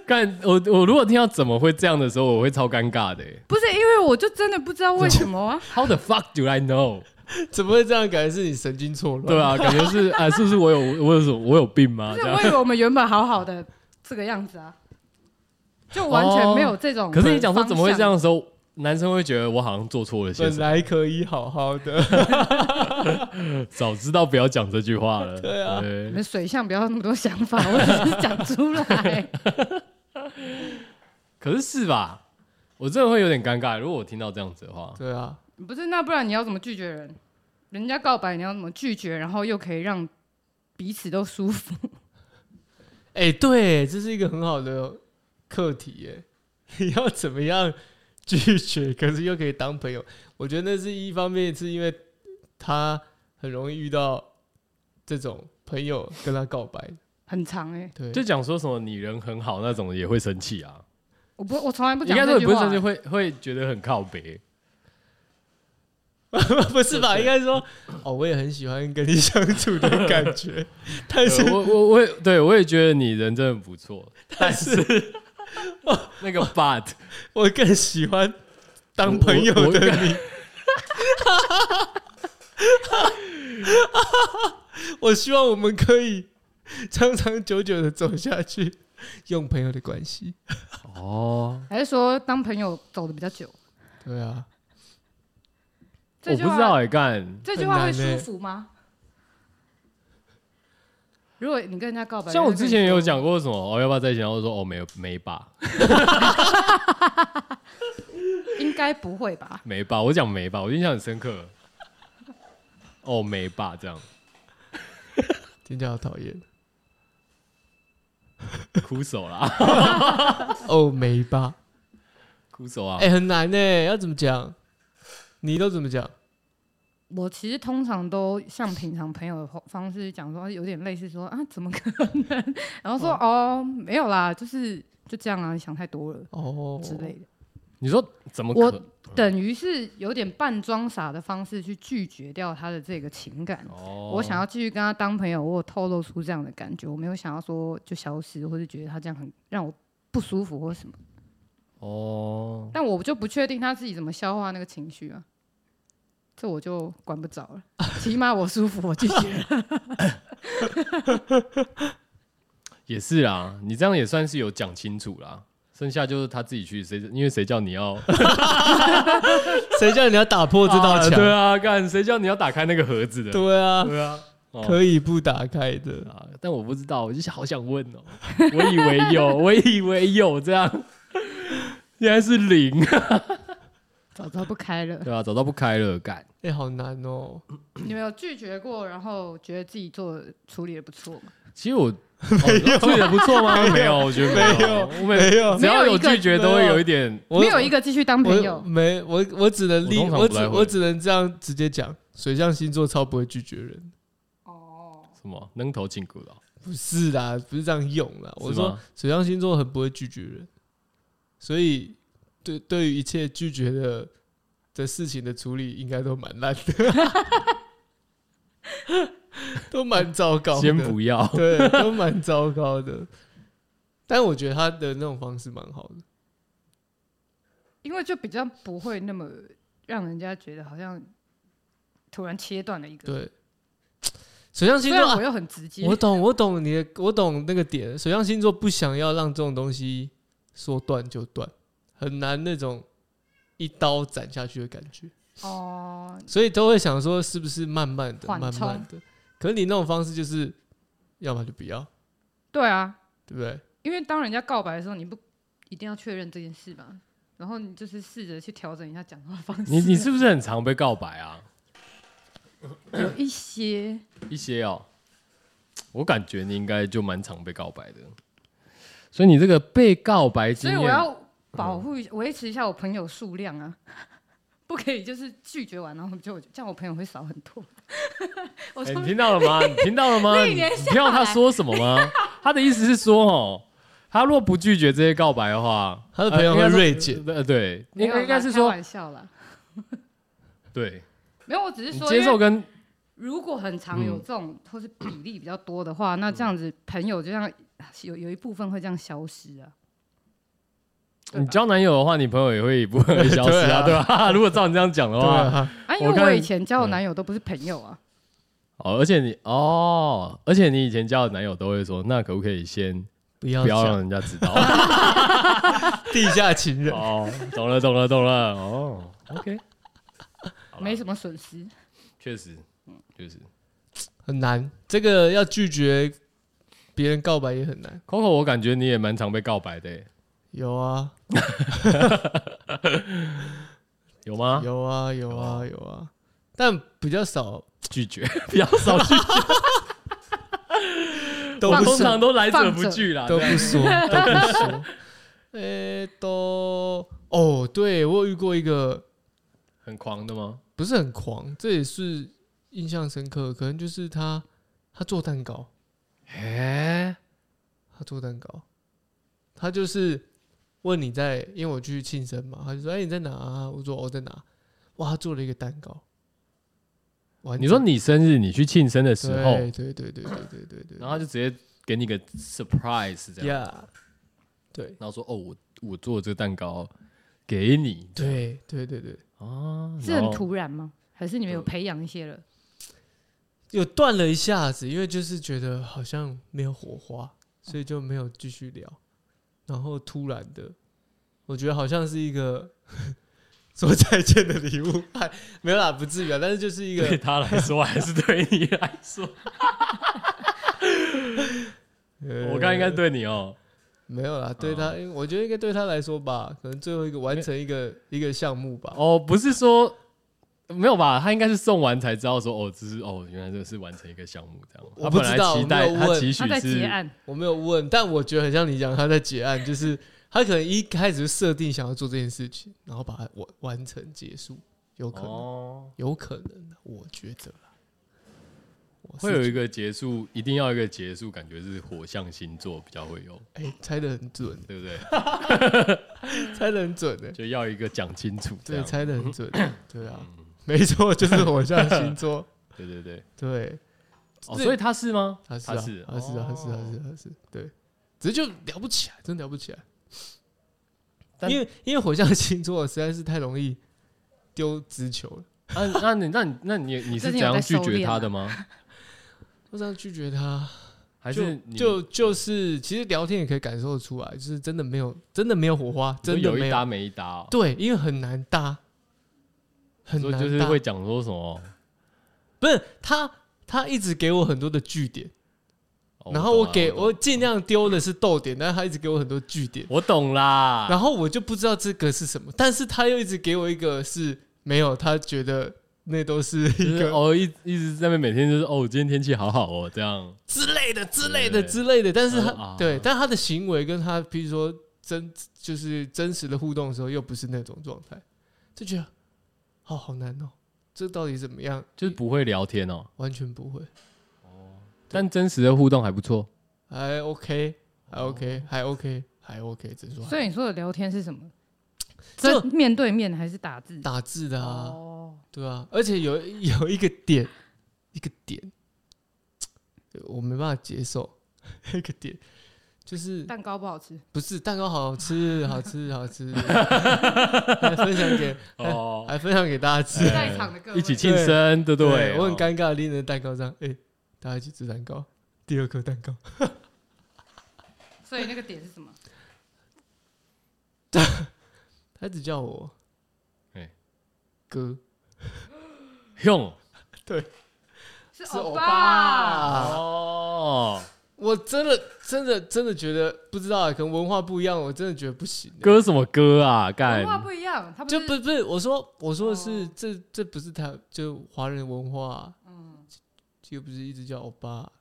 S1: 干我我如果听到怎么会这样的时候，我会超尴尬的欸。
S3: 不是因为我就真的不知道为什么啊。
S1: How the fuck do I know？
S2: 怎么会这样？感觉是你神经错乱。
S1: 对啊，感觉是啊，是不是我有我有什么我有病吗？
S3: 不是，
S1: 这
S3: 我
S1: 样。
S3: 以为我们原本好好的这个样子啊，就完全没有这种、
S1: 可是你讲说怎么会这样？的时候，男生会觉得我好像做错了些
S2: 本
S1: 什么。
S2: 来可以好好的，
S1: 早知道不要讲这句话 了。
S2: 对啊
S3: 你们水象不要那么多想法，我只是讲出来。
S1: 可是是吧？我真的会有点尴尬，如果我听到这样子的话，
S2: 对啊，
S3: 不是，那不然你要怎么拒绝人？人家告白你要怎么拒绝，然后又可以让彼此都舒服。
S2: 哎、对，这是一个很好的课题耶。 你要怎么样拒绝，可是又可以当朋友？我觉得那是一方面，是因为他很容易遇到这种朋友跟他告白。
S3: 很长哎、
S2: 对，
S1: 就讲说什么你人很好那种也会生气啊，
S3: 我不，我从来不
S1: 应
S3: 讲
S1: 该说也
S3: 这句
S1: 不是
S3: 话
S1: 生气，
S3: 欸。
S1: 会会觉得很靠 北。啊
S2: 不是吧？应该说，哦，我也很喜欢跟你相处的感 觉，但是
S1: 对我我我也对我也觉得你人真的不错，但是那个 but
S2: 我更喜欢当朋友的你。 我希望我们可以长长久久的走下去，用朋友的关系。
S1: 哦，
S3: 还是说当朋友走的比较久？
S2: 对啊，
S1: 我
S3: 这句
S1: 不
S3: 话
S1: 知道哎、干，
S3: 这句话会
S2: 很难欸
S3: 舒服吗？如果你跟人家告白，
S1: 像我之前也有
S3: 人家
S1: 讲过什么哦，要不要在一起？然后我说哦，没有没吧，
S3: 跟你说，应该不会吧？
S1: 没吧，我讲没吧，我印象很深刻。哦，没吧，这样
S2: 听起来好讨厌
S1: 哭手啦，
S2: 哦，没吧？
S1: 哭手啊！
S2: 哎、很难呢、要怎么讲？你都怎么讲？
S3: 我其实通常都像平常朋友的方式讲说，有点类似说啊，怎么可能？ 然后说哦没有啦，就是就这样啊，你想太多了
S2: 哦，
S3: 之类的，
S1: 你说怎么
S3: 我
S1: 可？
S3: 等于是有点半装傻的方式去拒绝掉他的这个情感。
S1: 哦
S3: 我想要继续跟他当朋友，我有透露出这样的感觉，我没有想要说就消失，或是觉得他这样很让我不舒服或什么。
S1: 哦，
S3: 但我就不确定他自己怎么消化那个情绪啊，这我就管不着了。起码我舒服，我拒绝了。
S1: 也是啦，你这样也算是有讲清楚啦。剩下就是他自己去，谁因为谁叫你要
S2: 谁叫你要打破这道
S1: 啊
S2: 墙、
S1: 对啊，干谁叫你要打开那个盒子的？
S2: 对啊，
S1: 对啊，哦
S2: 可以不打开的。
S1: 啊，但我不知道，我就是好想问哦，我以为有，我以为有这样，原来是零，
S3: 早知道不开了。
S1: 对啊，找到不开了，干
S2: 哎、好难哦、
S3: 你们有拒绝过，然后觉得自己做的处理的不错吗？
S1: 其实我 没有做的不错吗？没有，我觉得没有，我每
S2: 没有
S1: 只要
S3: 没有
S1: 有
S3: 一个
S1: 拒绝都会有一点，
S2: 我
S3: 没有一个继续当朋
S2: 我嗯
S3: 友，
S2: 没我我只能
S1: 我
S2: 立
S1: 通常
S2: 我
S1: 不
S2: 只
S1: 太会
S2: 我只能这样直接讲，水象星座超不会拒绝人，
S3: 哦
S1: 什么扔头进骨了，哦
S2: 不是啦，不是这样用啦。我
S1: 是
S2: 说
S1: 吗
S2: 水象星座很不会拒绝人，所以对对于一切拒绝的的事情的处理应该都蛮烂的， 都蛮糟糕的，
S1: 先不要，
S2: 对，都蛮糟糕的。但我觉得他的那种方式蛮好的，
S3: 因为就比较不会那么让人家觉得好像突然切断了一个。
S2: 对。水象星
S3: 虽
S2: 座
S3: 然
S2: 啊
S3: 我又很直接，
S2: 我懂，我懂你的，我懂那个点。水象星座不想要让这种东西说断就断，很难那种一刀斩下去的感觉，
S3: 哦，
S2: 所以都会想说是不是慢慢的、
S3: 缓
S2: 慢
S3: 冲
S2: 慢的。可是你那种方式就是，要么就不要，
S3: 对啊，
S2: 对不对？
S3: 因为当人家告白的时候，你不一定要确认这件事吧？然后你就是试着去调整一下讲话方式。
S1: 你你是不是很常被告白啊？
S3: 有一些
S1: 一些哦，我感觉你应该就蛮常被告白的，所以你这个被告白经
S3: 所以
S1: 验，嗯
S3: 我要保护一、维持一下我朋友数量啊， 不可以就是拒绝完然后就这样，我朋友会少很多。 我
S1: 哎
S3: 说、
S1: 你听到了 吗？你听到了吗？
S3: 历
S1: 你
S3: 年
S1: 你听到他说什么 吗？他的意思是说，哦，他若不拒绝这些告白的话，
S2: 他的朋友
S1: 呃
S2: 会锐减。
S1: 应该说呃，对，
S3: 没
S1: 应
S3: 有啦
S1: 该应该是
S3: 开
S1: 说，
S3: 玩笑啦，
S1: 对，
S3: 没有，我只是
S1: 你
S3: 说
S1: 接
S3: 因
S1: 受
S3: 为
S1: 跟
S3: 如果很常
S1: 嗯
S3: 有这种、或是比例比较多的话，那这样子朋友就像有有一部分会这样消失啊。对吧
S1: 哦你交男友的话，你朋友也会不会消失 啊，对
S2: 对
S1: 吧？ 如果照你这样讲的
S2: 对
S1: 话，
S2: 啊，
S3: 啊，因
S1: 我
S3: 为
S1: 看
S3: 我以前
S1: 嗯
S3: 交的男友都不是朋友啊。
S1: 哦，而且你哦，而且你以前交的男友都会说，那可不可以先
S2: 不要
S1: 不要让
S2: 讲
S1: 人家知 道？
S2: 地下情人，
S1: 哦，懂了，懂了，懂了。哦，OK，好啦
S3: 没什么损失，
S1: 确实，确实。
S2: 很难。这个要拒绝别人告白也很难。
S1: Coco，我感觉你也蛮常被告白的耶，欸
S2: 有啊，
S1: 有吗？
S2: 有啊，有
S1: 有啊
S2: 啊，有啊。但比较少，
S1: 拒绝， 比较少拒绝，
S2: 都
S1: 我
S2: 不
S1: 通
S2: 说，
S1: 常都来者
S3: 放
S1: 不
S3: 着
S1: 拒啦。
S2: 都
S1: 啊对
S2: 不说，都不说。 诶、都哦，对我有遇过一个
S1: 很狂的吗？
S2: 不是很狂，这也是印象深刻，可能就是他他做蛋糕，
S1: 哎，
S2: 他做蛋糕，他就是问你在，因为我去庆生嘛，他就说：“哎、你在哪、啊？”我说：“我、在哪。”哇，他做了一个蛋糕。完整
S1: 你说你生日，你去庆生的时候，
S2: 对对对对对对对对，
S1: 然后他就直接给你个 surprise 这样，
S2: 呀，对
S1: 然后说哦，我我做这个蛋糕给你
S2: 对对对对，哦
S1: 啊，
S3: 是
S1: 然
S3: 很
S1: 后
S3: 突然吗？还是你们有培养一些了？
S2: 有断了一下子，因为就是觉得好像没有火花，所以就没有继续聊。然后突然的，我觉得好像是一个 说再见的礼物，哎，没有啦，不至于啊，但是就是一
S1: 对
S2: 个
S1: 他来说还是对你来 说， 我刚刚应该对啊你哦，
S2: 呃没有啦，对他，因为我觉得应该对他来说吧，可能最后一个完成一个一个项目吧。
S1: 哦，不是说没有吧？他应该是送完才知道说哦，这是哦，原来这是完成一个项目这样。
S2: 我
S1: 他
S2: 不
S1: 本
S2: 知
S1: 来
S2: 道
S1: 期
S2: 我没
S1: 待
S2: 有
S1: 他
S2: 问
S1: 期
S3: 他
S1: 许
S3: 在结
S1: 是
S3: 案，
S2: 我没有问，但我觉得很像你讲，他在结案，就是他可能一开始就设定想要做这件事情，然后把它完完成结束，有可能，
S1: 哦，
S2: 有可能，我觉得啦，我是
S1: 会有
S2: 觉
S1: 一
S2: 得
S1: 个结束，一定要一个结束，感觉是火象星座比较会有，
S2: 哎、猜的 很准，
S1: 对不对？
S2: 猜的很准的、
S1: 就要一个讲清楚欸这
S2: 对，
S1: 样。嗯
S2: 猜的很 准，对啊，没错，就是火象星座，
S1: 对对对，
S2: 对，
S1: 哦，
S2: 这
S1: 所以他是吗？
S2: 他是
S1: 他
S2: 啊，
S1: 是
S2: 他是啊，他是啊，他是
S1: 哦
S2: 啊他是，对，只是就聊不起来，真聊不起来。
S1: 但
S2: 因为因为火象星座实在是太容易丢直球了，
S1: 啊，那你那你那你你是
S3: 最
S1: 怎
S3: 近有
S1: 样
S3: 在
S1: 拒
S3: 收
S1: 绝
S3: 敛
S1: 他
S3: 啊
S1: 的吗？
S2: 我这样拒绝他，
S1: 还
S2: 啊就是
S1: 你
S2: 就就是其实聊天也可以感受得出来，就是真的没有真的没有火花，
S1: 就
S2: 真的
S1: 有
S2: 没
S1: 一搭没一搭哦？
S2: 对，因为很难搭，很
S1: 所
S2: 难
S1: 以
S2: 搭，
S1: 就是会讲说什么？
S2: 不是他他一直给我很多的据点，
S1: 哦
S2: 然后我
S1: 懂啊
S2: 给
S1: 懂
S2: 我尽量丢的是逗点，但是他一直给我很多据点。
S1: 我懂啦，
S2: 然后我就不知道这个是什么，但是他又一直给我一个是没有，他觉得那都是
S1: 就
S2: 一
S1: 是
S2: 个
S1: 哦，一一直在那边每天就是哦，今天天气好好哦，这样
S2: 之类的、之类
S1: 对
S2: 的、
S1: 对
S2: 之类的。但是
S1: 哦
S2: 他、
S1: 啊
S2: 对，但他的行为跟他，比如说真就是真实的互动的时候，又不是那种状态，就觉得哦，好难哦，这到底怎么样？
S1: 就是不会聊天哦，
S2: 完全不会，
S1: 但真实的互动还不错。
S2: 还 OK，还
S1: 哦
S2: OK，、还 OK，还 OK，只能说还
S3: 所以你说的聊天是什么？
S2: 这
S3: 这面对面还是打字？
S2: 打字的啊，
S3: 哦，
S2: 对啊，而且有有一个 点，一个点，我没办法接受 一个点，就是
S3: 蛋糕不好吃，
S2: 不是蛋糕好吃，好吃，好吃，还分享给
S1: 哦，
S2: 还分享给大家吃，
S1: 哎
S3: 在场的各位
S1: 一起庆生，对不对？
S2: 我很
S1: 哦
S2: 尴尬地拎着蛋糕这样，哎、大家一起吃蛋糕，第二颗蛋糕，
S3: 所以那个点 是什么？
S2: 他只叫我，
S1: 哎
S2: 哥，
S1: 用
S3: 是
S2: 是
S3: 欧
S2: 欧
S3: 巴。
S2: 巴。
S1: 哦，
S2: 我真的真的真的觉得不知道啊，可能文化不一样，我真的觉得不行、欸。
S1: 歌什么歌啊？干
S3: 文化不一样，他不
S2: 就是不不是我说我说的是、
S3: 哦
S2: 这这不是台就华人文化啊、
S3: 嗯，
S2: 又不是一直叫欧巴啊，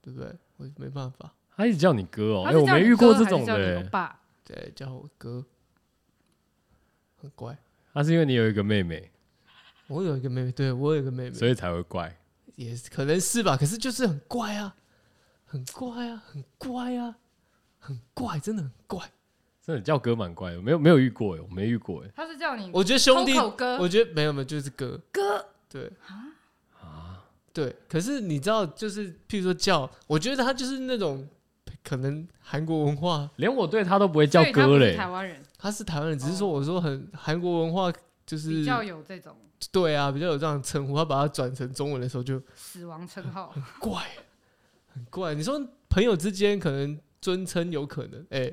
S2: 对不对？我没办法，
S1: 他一直叫你哥哦，
S3: 他
S1: 哎，
S3: 是
S1: 我
S3: 叫
S1: 没
S3: 你
S1: 遇过
S3: 哥
S1: 这
S3: 还是
S1: 种的
S3: 叫你欧
S1: 欸。
S3: 巴，
S2: 对，叫我哥，很乖。
S1: 他是因为你有一个妹妹，
S2: 我有一个妹妹，对我有一个妹妹，
S1: 所以才会怪。
S2: 也是可能是吧，可是就是很乖啊，很乖啊，很乖啊，很怪，真的很怪。
S1: 真的叫哥蛮怪的，没有没有遇过哎，我没遇过哎。
S3: 他是叫你
S2: 我觉得兄弟
S3: 空，口哥
S2: 我觉得没有没有，就是哥，
S3: 哥，
S2: 对啊，
S3: 啊
S2: 对。可是你知道，就是譬如说叫，我觉得他就是那种可能韩国文化，
S1: 连我对他都不会叫
S3: 所以他
S1: 哥
S3: 不是
S1: 嘞，
S3: 台湾人
S2: 他是台湾人，只是说我说很韩国文化就是
S3: 比较有这种
S2: 对啊，比较有这样的称呼。他把它转成中文的时候就
S3: 死亡称 号，
S2: 怪，很怪。你说朋友之间可能尊称有可能，哎、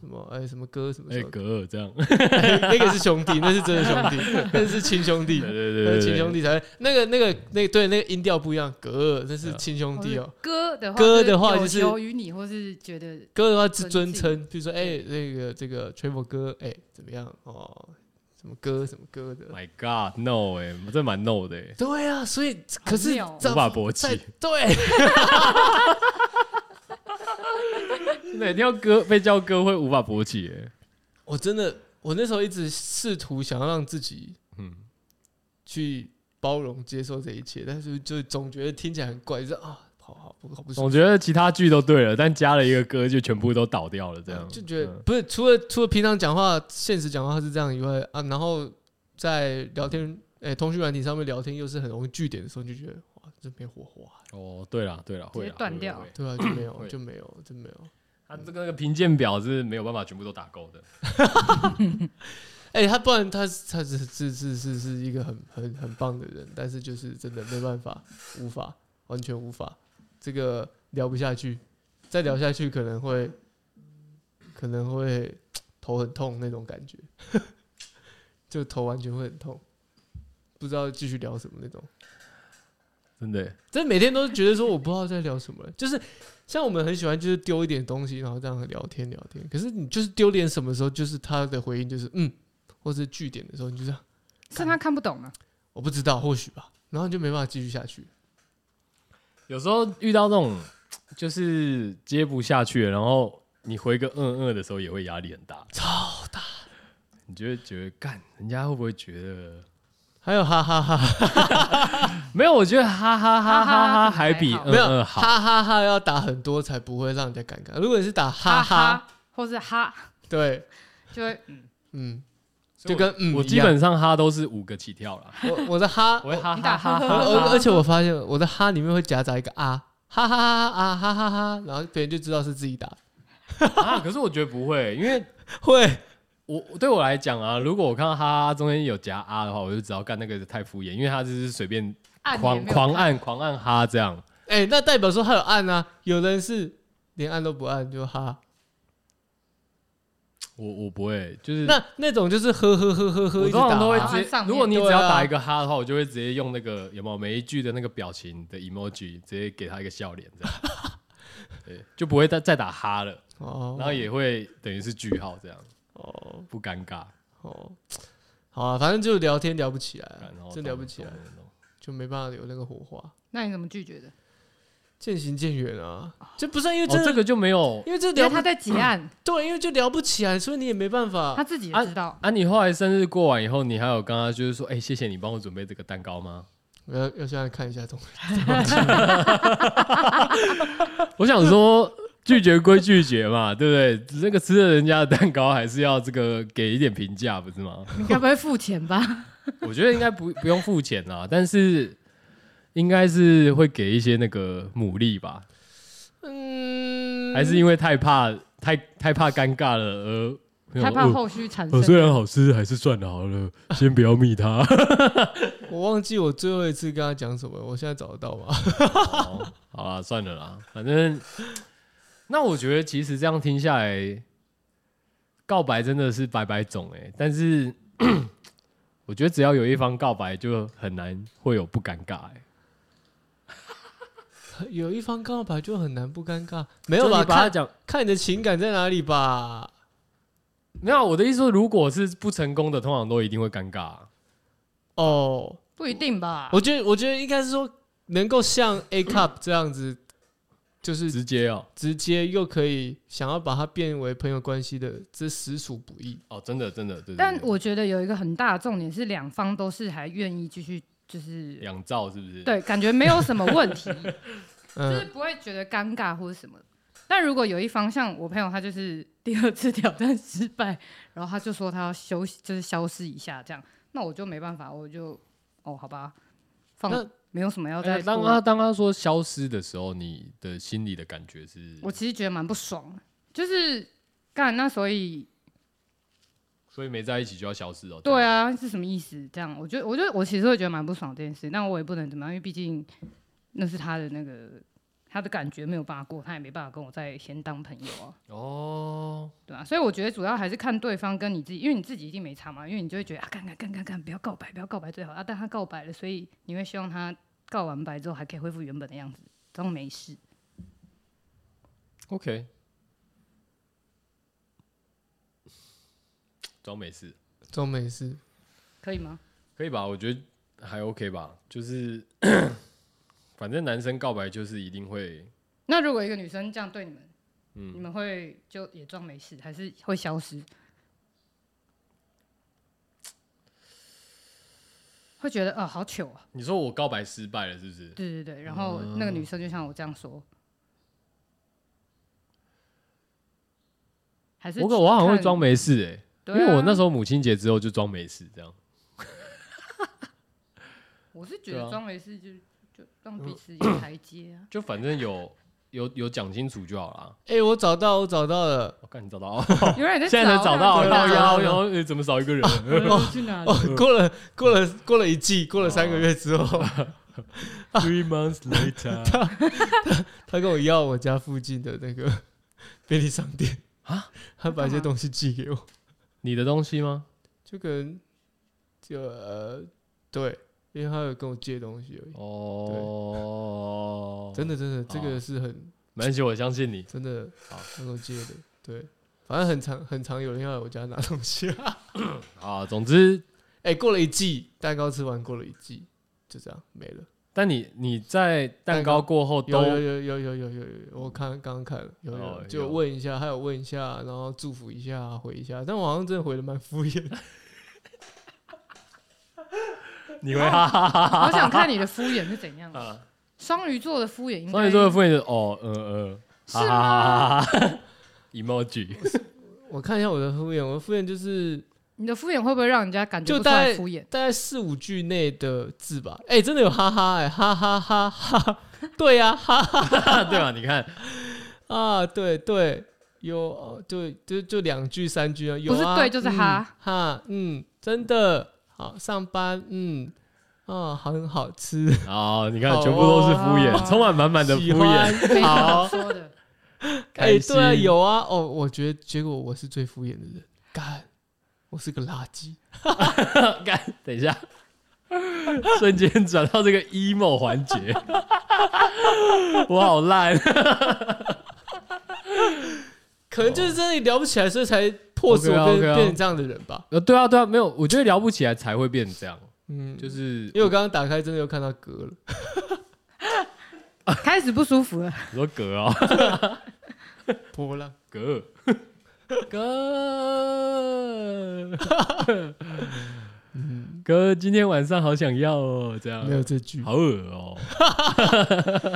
S2: 什么哎、什么哥什么
S1: 哎
S2: 什么，
S1: 哥这样，
S2: 那个是兄弟，那是真的兄 弟，那是亲兄弟
S1: 哎对。对
S2: 那
S1: 对
S2: 是亲
S1: 对
S2: 兄
S1: 对，
S2: 弟才会，那个、那个、那个，对，那个音调不一样，哥，那
S1: 啊
S2: 是亲兄弟哦、
S3: 或是哥的话，
S2: 哥的话
S3: 就
S2: 就是
S3: 有求于你，或是觉得
S2: 哥的话是尊
S3: 尊
S2: 称，比如说哎、那个这个 Travel 哥，哎、怎么样哦？什么歌什么歌的。
S1: My God，no 哎、这蛮 no 的哎、
S2: 对啊，所以可是
S3: 妙哦
S1: 无法勃起
S2: 在。对
S1: 哪天要哥被叫哥会无法勃起哎、
S2: 我真的，我那时候一直试图想要让自己
S1: 嗯，
S2: 去包容接受这一切，但是就总觉得听起来很怪，就是啊，好好不好不舒服
S1: 总觉得其他剧都对了，但加了一个歌就全部都倒掉了，这样、
S2: 就觉得
S1: 嗯
S2: 不是除了除了平常讲话、现实讲话是这样以外啊，然后在聊天诶、通讯软体上面聊天又是很容易据点的时候，你就觉得哇，这没火花，
S1: 哦，对了对了，会啦
S3: 直接断掉
S1: 会会会
S2: 对啊，就没有
S1: 会
S2: 就没有就没有。
S1: 他这个那个评鉴表是没有办法全部都打勾的。
S2: 哎、他不然他他是是是是是一个很很很棒的人，但是就是真的没办法，无法完全无法，这个聊不下去，再聊下去可能会可能会头很痛那种感觉，就头完全会很痛，不知道继续聊什么那种。
S1: 真的耶，
S2: 真的每天都觉得说我不知道在聊什么了，就是像我们很喜欢就是丢一点东西，然后这样聊天聊天。可是你就是丢点什么时候，就是他的回应就是嗯，或是据点的时候，你就这样
S3: 是他看不懂啊，
S2: 我不知道，或许吧，然后你就没办法继续下去。
S1: 有时候遇到这种就是接不下去了，然后你回个嗯嗯的时候，也会压力很大，超大。你就会觉得干，人家会不会觉得
S2: 还有哈哈哈
S1: 没有？我觉得哈哈哈哈
S3: 哈哈
S1: 哈还比
S3: 还好
S1: 嗯
S2: 没有、
S1: 嗯好。
S2: 哈哈哈要打很多才不会让人家尴尬。如果你是打哈
S3: 哈
S2: 哈，
S3: 哈，或是哈，
S2: 对，
S3: 就会
S2: 嗯，
S1: 所以
S2: 就
S1: 我
S2: 跟嗯
S1: 我
S2: 一
S1: 基
S2: 样
S1: 本上哈都是五个起跳啦，
S2: 我我的哈，
S1: 我会哈
S3: 你
S1: 哈
S3: 打
S1: 哈哈
S3: 呵呵
S2: 而
S1: 哈
S3: 呵
S2: 而而且我发现我的哈里面会夹杂一个啊，哈哈哈哈啊哈哈哈，然后别人就知道是自己 打的，
S1: 啊！可是我觉得不会，因为
S2: 会。
S1: 我对我来讲啊，如果我看到哈哈中间有夹啊的话，我就知道干那个太敷衍，因为他就是随便
S3: 按也
S1: 狂
S3: 没有
S1: 狂
S3: 看
S1: 按狂按哈这样。
S2: 哎、那代表说他有按啊，有人是连按都不按就哈，
S1: 我我不会，就是
S2: 那那种就是呵呵呵呵呵
S1: 我
S2: 一直
S1: 通常
S2: 打
S1: 都会
S2: 啊、
S1: 直
S3: 按
S1: 接，
S3: 上面
S1: 如果你只
S2: 对
S1: 要
S2: 啊
S1: 打一个哈的话，我就会直接用那个有没有每一句的那个表情的 emoji 直接给他一个笑脸这样，对，就不会再再打哈了，
S2: 哦，
S1: 然后也会等于是句号这样，
S2: 哦
S1: 不尴尬，
S2: 哦，好啊，反正就聊天聊不起来啊
S1: 然后，
S2: 真聊不起来，
S1: 懂。懂懂
S2: 就没办法有那个火花，
S3: 那你怎么拒 绝的？
S2: 渐行渐远啊，就不是啊因为
S1: 哦
S2: 真，的，
S1: 这个就没有
S2: 因为这
S3: 因
S2: 聊
S3: 为
S2: 不
S3: 他在结案，
S2: 对，因为就聊不起来，所以你也没办法
S3: 他，自己也知道。
S1: 啊。你后来生日过完以后，你还有跟他就是说，哎，谢谢你帮我准备这个蛋糕吗？
S2: 我要要现在看一下东西，
S1: 我想说，拒绝归拒绝嘛， 对不对？那个吃了人家的蛋糕，还是要这个给一点评价，不是 吗？
S3: 你该不会付钱吧？
S1: 我觉得应该不不用付钱啦，但是应该是会给一些那个牡蛎吧？
S2: 嗯，
S1: 还是因为太怕太太怕尴尬了而 没有
S3: 害怕
S1: 我
S3: 后续产
S1: 我
S3: 生
S1: 虽然好吃，还是算了好了，先不要密他。
S2: 我忘记我最后一次跟他讲什么，我现在找得到吗？
S1: 好，好啦，算了啦，反正那我觉得其实这样听下来，告白真的是百百种哎、但是我觉得只要有一方告白，就很难会有不尴尬哎、
S2: 有一方告白就很难不尴尬，
S1: 没
S2: 没有吧？
S1: 把他
S2: 看
S1: 讲
S2: 看你的情感在哪里吧。
S1: 没有，我的意思说，如果是不成功的，通常都一定会尴尬、啊
S2: 哦，
S3: 不一定吧？
S2: 我觉得我觉得应该是说能够像 A cup 这样子，就是
S1: 直接哦、
S2: 直接又可以想要把它变为朋友关系的，这实属不易。
S1: 哦，真的真的对。
S3: 但
S1: 对对
S3: 我觉得有一个很大的重点是，两方都是还愿意继续，就是
S1: 两兆是不是？，
S3: 对，感觉没有什么问题，
S1: 呃
S3: 就是
S2: 嗯，
S3: 不会觉得尴尬或者什么。但如果有一方像我朋友，他就是 第二次挑战失败，然后他就说他要休息，就是消失一下这样，那我就没办法，我就哦，好吧，放
S2: 那
S3: 没有什么要
S1: 哎
S3: 再
S1: 当
S3: 多
S1: 他当他说消失的时候，你的心里的感觉是，
S3: 我其实觉得蛮不爽的，就是干那所以
S1: 所以没在一起就要消失哦、
S3: 对，啊是什么意思？这样我觉得我觉得我其实会觉得蛮不爽这件事，但我也不能怎么样，因为毕竟那是他的那个他的感觉没有办法过，他也没办法跟我再先当朋友啊。
S1: 哦，
S3: 对啊，所以我觉得主要还是看对方跟你自己，因为你自己一定没差嘛，因为你就会觉得啊，干干干干干，不要告白，不要告白最好啊。但他告白了，所以你会希望他告完白之后还可以恢复原本的样子，这样没事。
S1: OK，装没事。
S2: 装没事，
S3: 可以吗？
S1: 可以吧？我觉得还 OK 吧，就是 反正男生告白就是一定会，
S3: 那如果一个女生这样对你们，你
S1: 嗯，
S3: 们会就也装没事，还是会消失？会觉得啊、好糗啊！
S1: 你说我告白失败了是不是？
S3: 对对对，然后那个女生就像我这样
S1: 哦
S3: 说，还是
S1: 我我好像会
S3: 看
S1: 装没事哎、
S3: 对
S1: 因为我那时候
S3: 候
S1: 母亲节之后就装没事这样。
S3: 我是觉
S1: 对啊。
S3: 得装没事就就让彼此有台阶啊
S1: 就反正有有有讲清楚就好啦。
S2: 哎、我找到，我找到了。
S1: 我、看你找到，
S3: 原来你
S1: 哦现在才找到，
S2: 对
S1: 然
S2: 啊
S1: 后
S2: 对
S1: 然
S2: 啊
S1: 后
S2: 对
S1: 然
S2: 啊
S1: 后呃怎么少一 个人？
S3: 哦，去哪里
S2: 哦？，过了过了过了一季，过了三个月之后，
S1: Three months later，
S2: 他跟我要我家附近的那个便利商店
S1: 啊，
S2: 他把一些东西寄给我，
S1: 你的东西吗？
S2: 就可能就呃对，因为他有跟我借东西而已。
S1: 哦，
S2: 真
S1: 的，
S2: 的真的，这个是很
S1: 没关系，我相信你。
S2: 真的
S1: 好
S2: 他跟我借的，对，反正很常很常有人要来我家拿东西啊。
S1: 啊，总之，
S2: 哎，过了一季，蛋糕吃完过了一季，就这样没了。
S1: 但你你在蛋
S2: 蛋
S1: 糕
S2: 糕
S1: 过后
S2: 有有
S1: 都
S2: 有有有有有有，有，我看刚刚看了，有
S1: 哦
S2: 有
S1: 有
S2: 就问一下，还有问一下，然后祝福一下，回一下，但我好像真的回的蛮敷衍的。
S1: 你
S2: 哦
S1: 会哈哈哈哈
S3: 啊好想看你的敷衍是怎样的。
S1: 啊，
S3: 双鱼座的敷衍应该，
S1: 双鱼座的敷衍就是哦，嗯嗯，
S3: 是
S1: 哈哈哈哈哈哈 emoji，
S2: 我看一下我的敷衍，我的敷衍就是
S3: 你的敷衍会不会让人家感觉
S2: 就
S3: 不出
S2: 大
S3: 来
S2: 概
S3: 敷衍？
S2: 大概四五句内的字吧。哎、真的有哈哈哎、哈哈哈哈，对呀、哈哈
S1: 对吧？你看，
S2: 啊，对对，有哦对，就就两句三句啊，有
S3: 不是
S2: 啊
S3: 对就是哈、
S2: 嗯哈，嗯，真的好上班，嗯，啊，很好吃，
S1: 哦，你看，
S2: 好
S1: 全部都是敷
S3: 哦
S1: 衍，充满满满的敷
S2: 喜
S1: 衍，
S2: 欢。
S3: 非
S1: 好
S3: 常说的，
S2: 哎、
S1: 开心
S2: 对啊，有啊，哦，我觉得结果我是最敷衍的人，干，我是个垃圾。
S1: 干，等一下，瞬间转到这个 emo 环节，我好烂，
S2: 可能就是真的聊不起来，所以才迫使
S1: OK 啊
S2: 我变
S1: OK 啊
S2: 变成这样的人吧。
S1: 呃，对啊，对啊，没有，我觉得聊不起来才会变这样，
S2: 嗯，就
S1: 就是是
S2: 因为我刚刚打开，真的又看到格了。
S3: 开始不舒服了。
S1: 我说格哦，
S2: 波浪，
S1: 格 格
S2: 嗯，
S1: 格，今天晚上好想要哦，这样
S2: 没有这句，
S1: 好恶哦，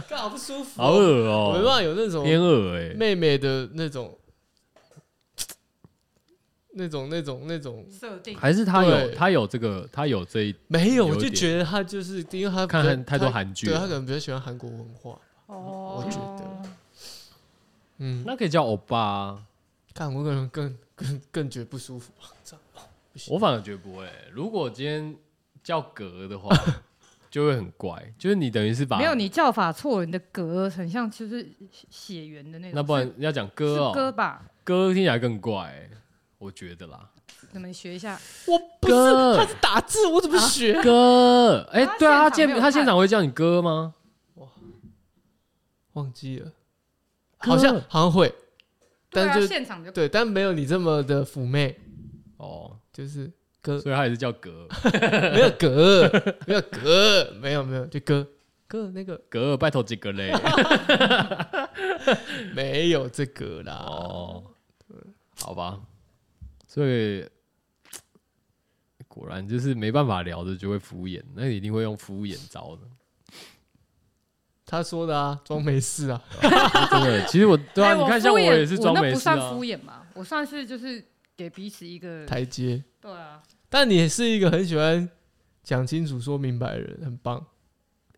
S2: 干好不舒服
S1: 好
S2: 哦，
S1: 恶
S2: 我没办
S1: 哦，
S2: 法有那种
S1: 偏恶哎，
S2: 妹妹的那种，那种那种那种
S3: 设定
S1: 还是他有
S2: 对
S1: 他有这个他有这一
S2: 没有，
S1: 有
S2: 我就
S1: 点
S2: 觉得她就是因为她比
S1: 看
S2: 较
S1: 韩太多
S2: 她
S1: 韩剧
S2: 对她
S1: 了
S2: 可能比较喜欢韩国文化。
S3: 哦
S2: 我觉得嗯，
S1: 那可以叫欧巴啊。
S2: 看我可能更更更觉得不舒服吧，这样哦不行
S1: 我反而觉得不会、欸如果今天叫格的话，就会很怪，就是你等于是把
S3: 没有，你叫法错了，你的格很像就是血缘的那种。
S1: 那不然要讲歌
S3: 是
S1: 哦、
S3: 歌吧？
S1: 歌听起来更怪、我觉得啦。
S3: 你们学一下。
S2: 我不
S1: 哥啊
S2: 是，他是打字，我怎么学？
S1: 歌，哎、
S3: 他
S1: 对啊，他
S3: 现
S1: 现
S3: 场没有
S1: 他
S3: 看
S1: 现场会叫你哥吗？
S2: 忘记了，
S1: 哥
S2: 好像好像会，
S3: 对
S2: 但
S3: 啊，
S2: 就
S3: 现场就
S2: 对，但没有你这么的妩媚，
S1: 哦，
S2: 就是哥，
S1: 所以他也是叫 格，
S2: 没有哥，没有哥，没有没有，就哥哥那个
S1: 格，拜托这个嘞。
S2: 没有这个啦。
S1: 哦，好吧，所以果然就是没办法聊的就会敷衍，那一定会用敷衍 招的。
S2: 他说的啊，装没事啊，
S1: 真的，其实我对啊，
S3: 哎
S1: 你看像
S3: 我敷衍
S1: 也是装
S3: 我
S1: 没
S3: 那不
S1: 事
S3: 算
S1: 啊。
S3: 敷衍吧？我算是就是给彼此一个
S2: 台阶。
S3: 对啊，
S2: 但你是一个很喜欢讲清楚、说明白的人，很棒。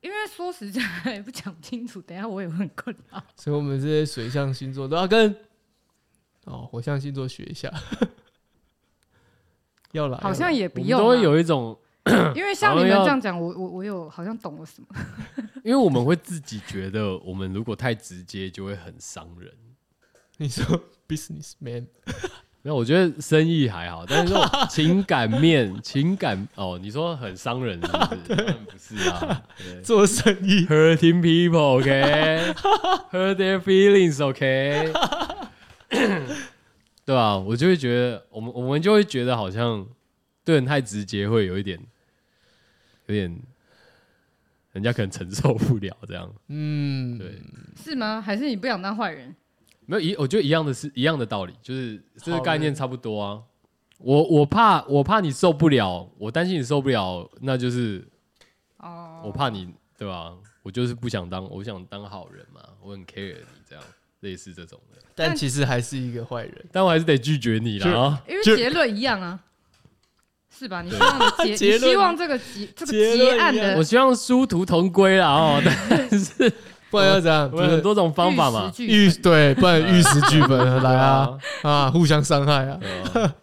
S3: 因为说实在 不讲清楚，等一下我也会很困扰。
S2: 所以我们这些水象星座都要跟哦火象星座学一下。 要啦，
S3: 好
S2: 要
S3: 像
S2: 啦
S3: 也不
S1: 哎我们
S3: 用
S1: 都会
S3: 啊，
S1: 有一 种，
S3: 因为像
S1: 好
S3: 你
S1: 像
S3: 们
S1: 要
S3: 这样讲，我我我有好像懂了什么。
S1: 因为我们会自己觉得，我们如果太直接就会很伤人。
S2: 你说 business man
S1: 没有，我觉得生意还好，但是这 种情感面、情感哦，你说很伤人是不是？当然不是啊。对
S2: 做生意
S1: Hurting people, OK? Hurt their feelings, OK? 对啊，我就会觉得，我们我们就会觉得好像对人太直接会有一点，有点，人家可能承受不了这样。
S2: 嗯，
S1: 对，
S3: 是吗？还是你不想当坏人？
S1: 没有一，我觉得一样的是一样的道理，就是这个
S2: 好
S1: 概念差不多啊。我我怕我怕你受不了，我担心你受不了，那就是
S3: 哦，
S1: 我怕你对吧？我就是不想当，我想当好人嘛，我很 care 你这样，类似这种的，
S2: 但其实还是一个坏人。
S1: 但我还是得拒绝你啦。
S2: 是
S1: 啊。
S3: 因为
S2: 就
S3: 结论一样啊，是吧？你
S1: 对
S3: 希望 的结，
S2: 结
S3: 你
S2: 论
S3: 希望这个结这个
S2: 结论
S3: 结案
S2: 一样
S3: 的
S1: 我希望殊途同归啦哦，但是
S2: 不然要怎样？
S1: 我有很多种方法嘛
S3: 玉石。俱
S2: 玉对，不然玉石俱焚来啊
S1: 啊，
S2: 啊，互相伤害啊！
S1: 对啊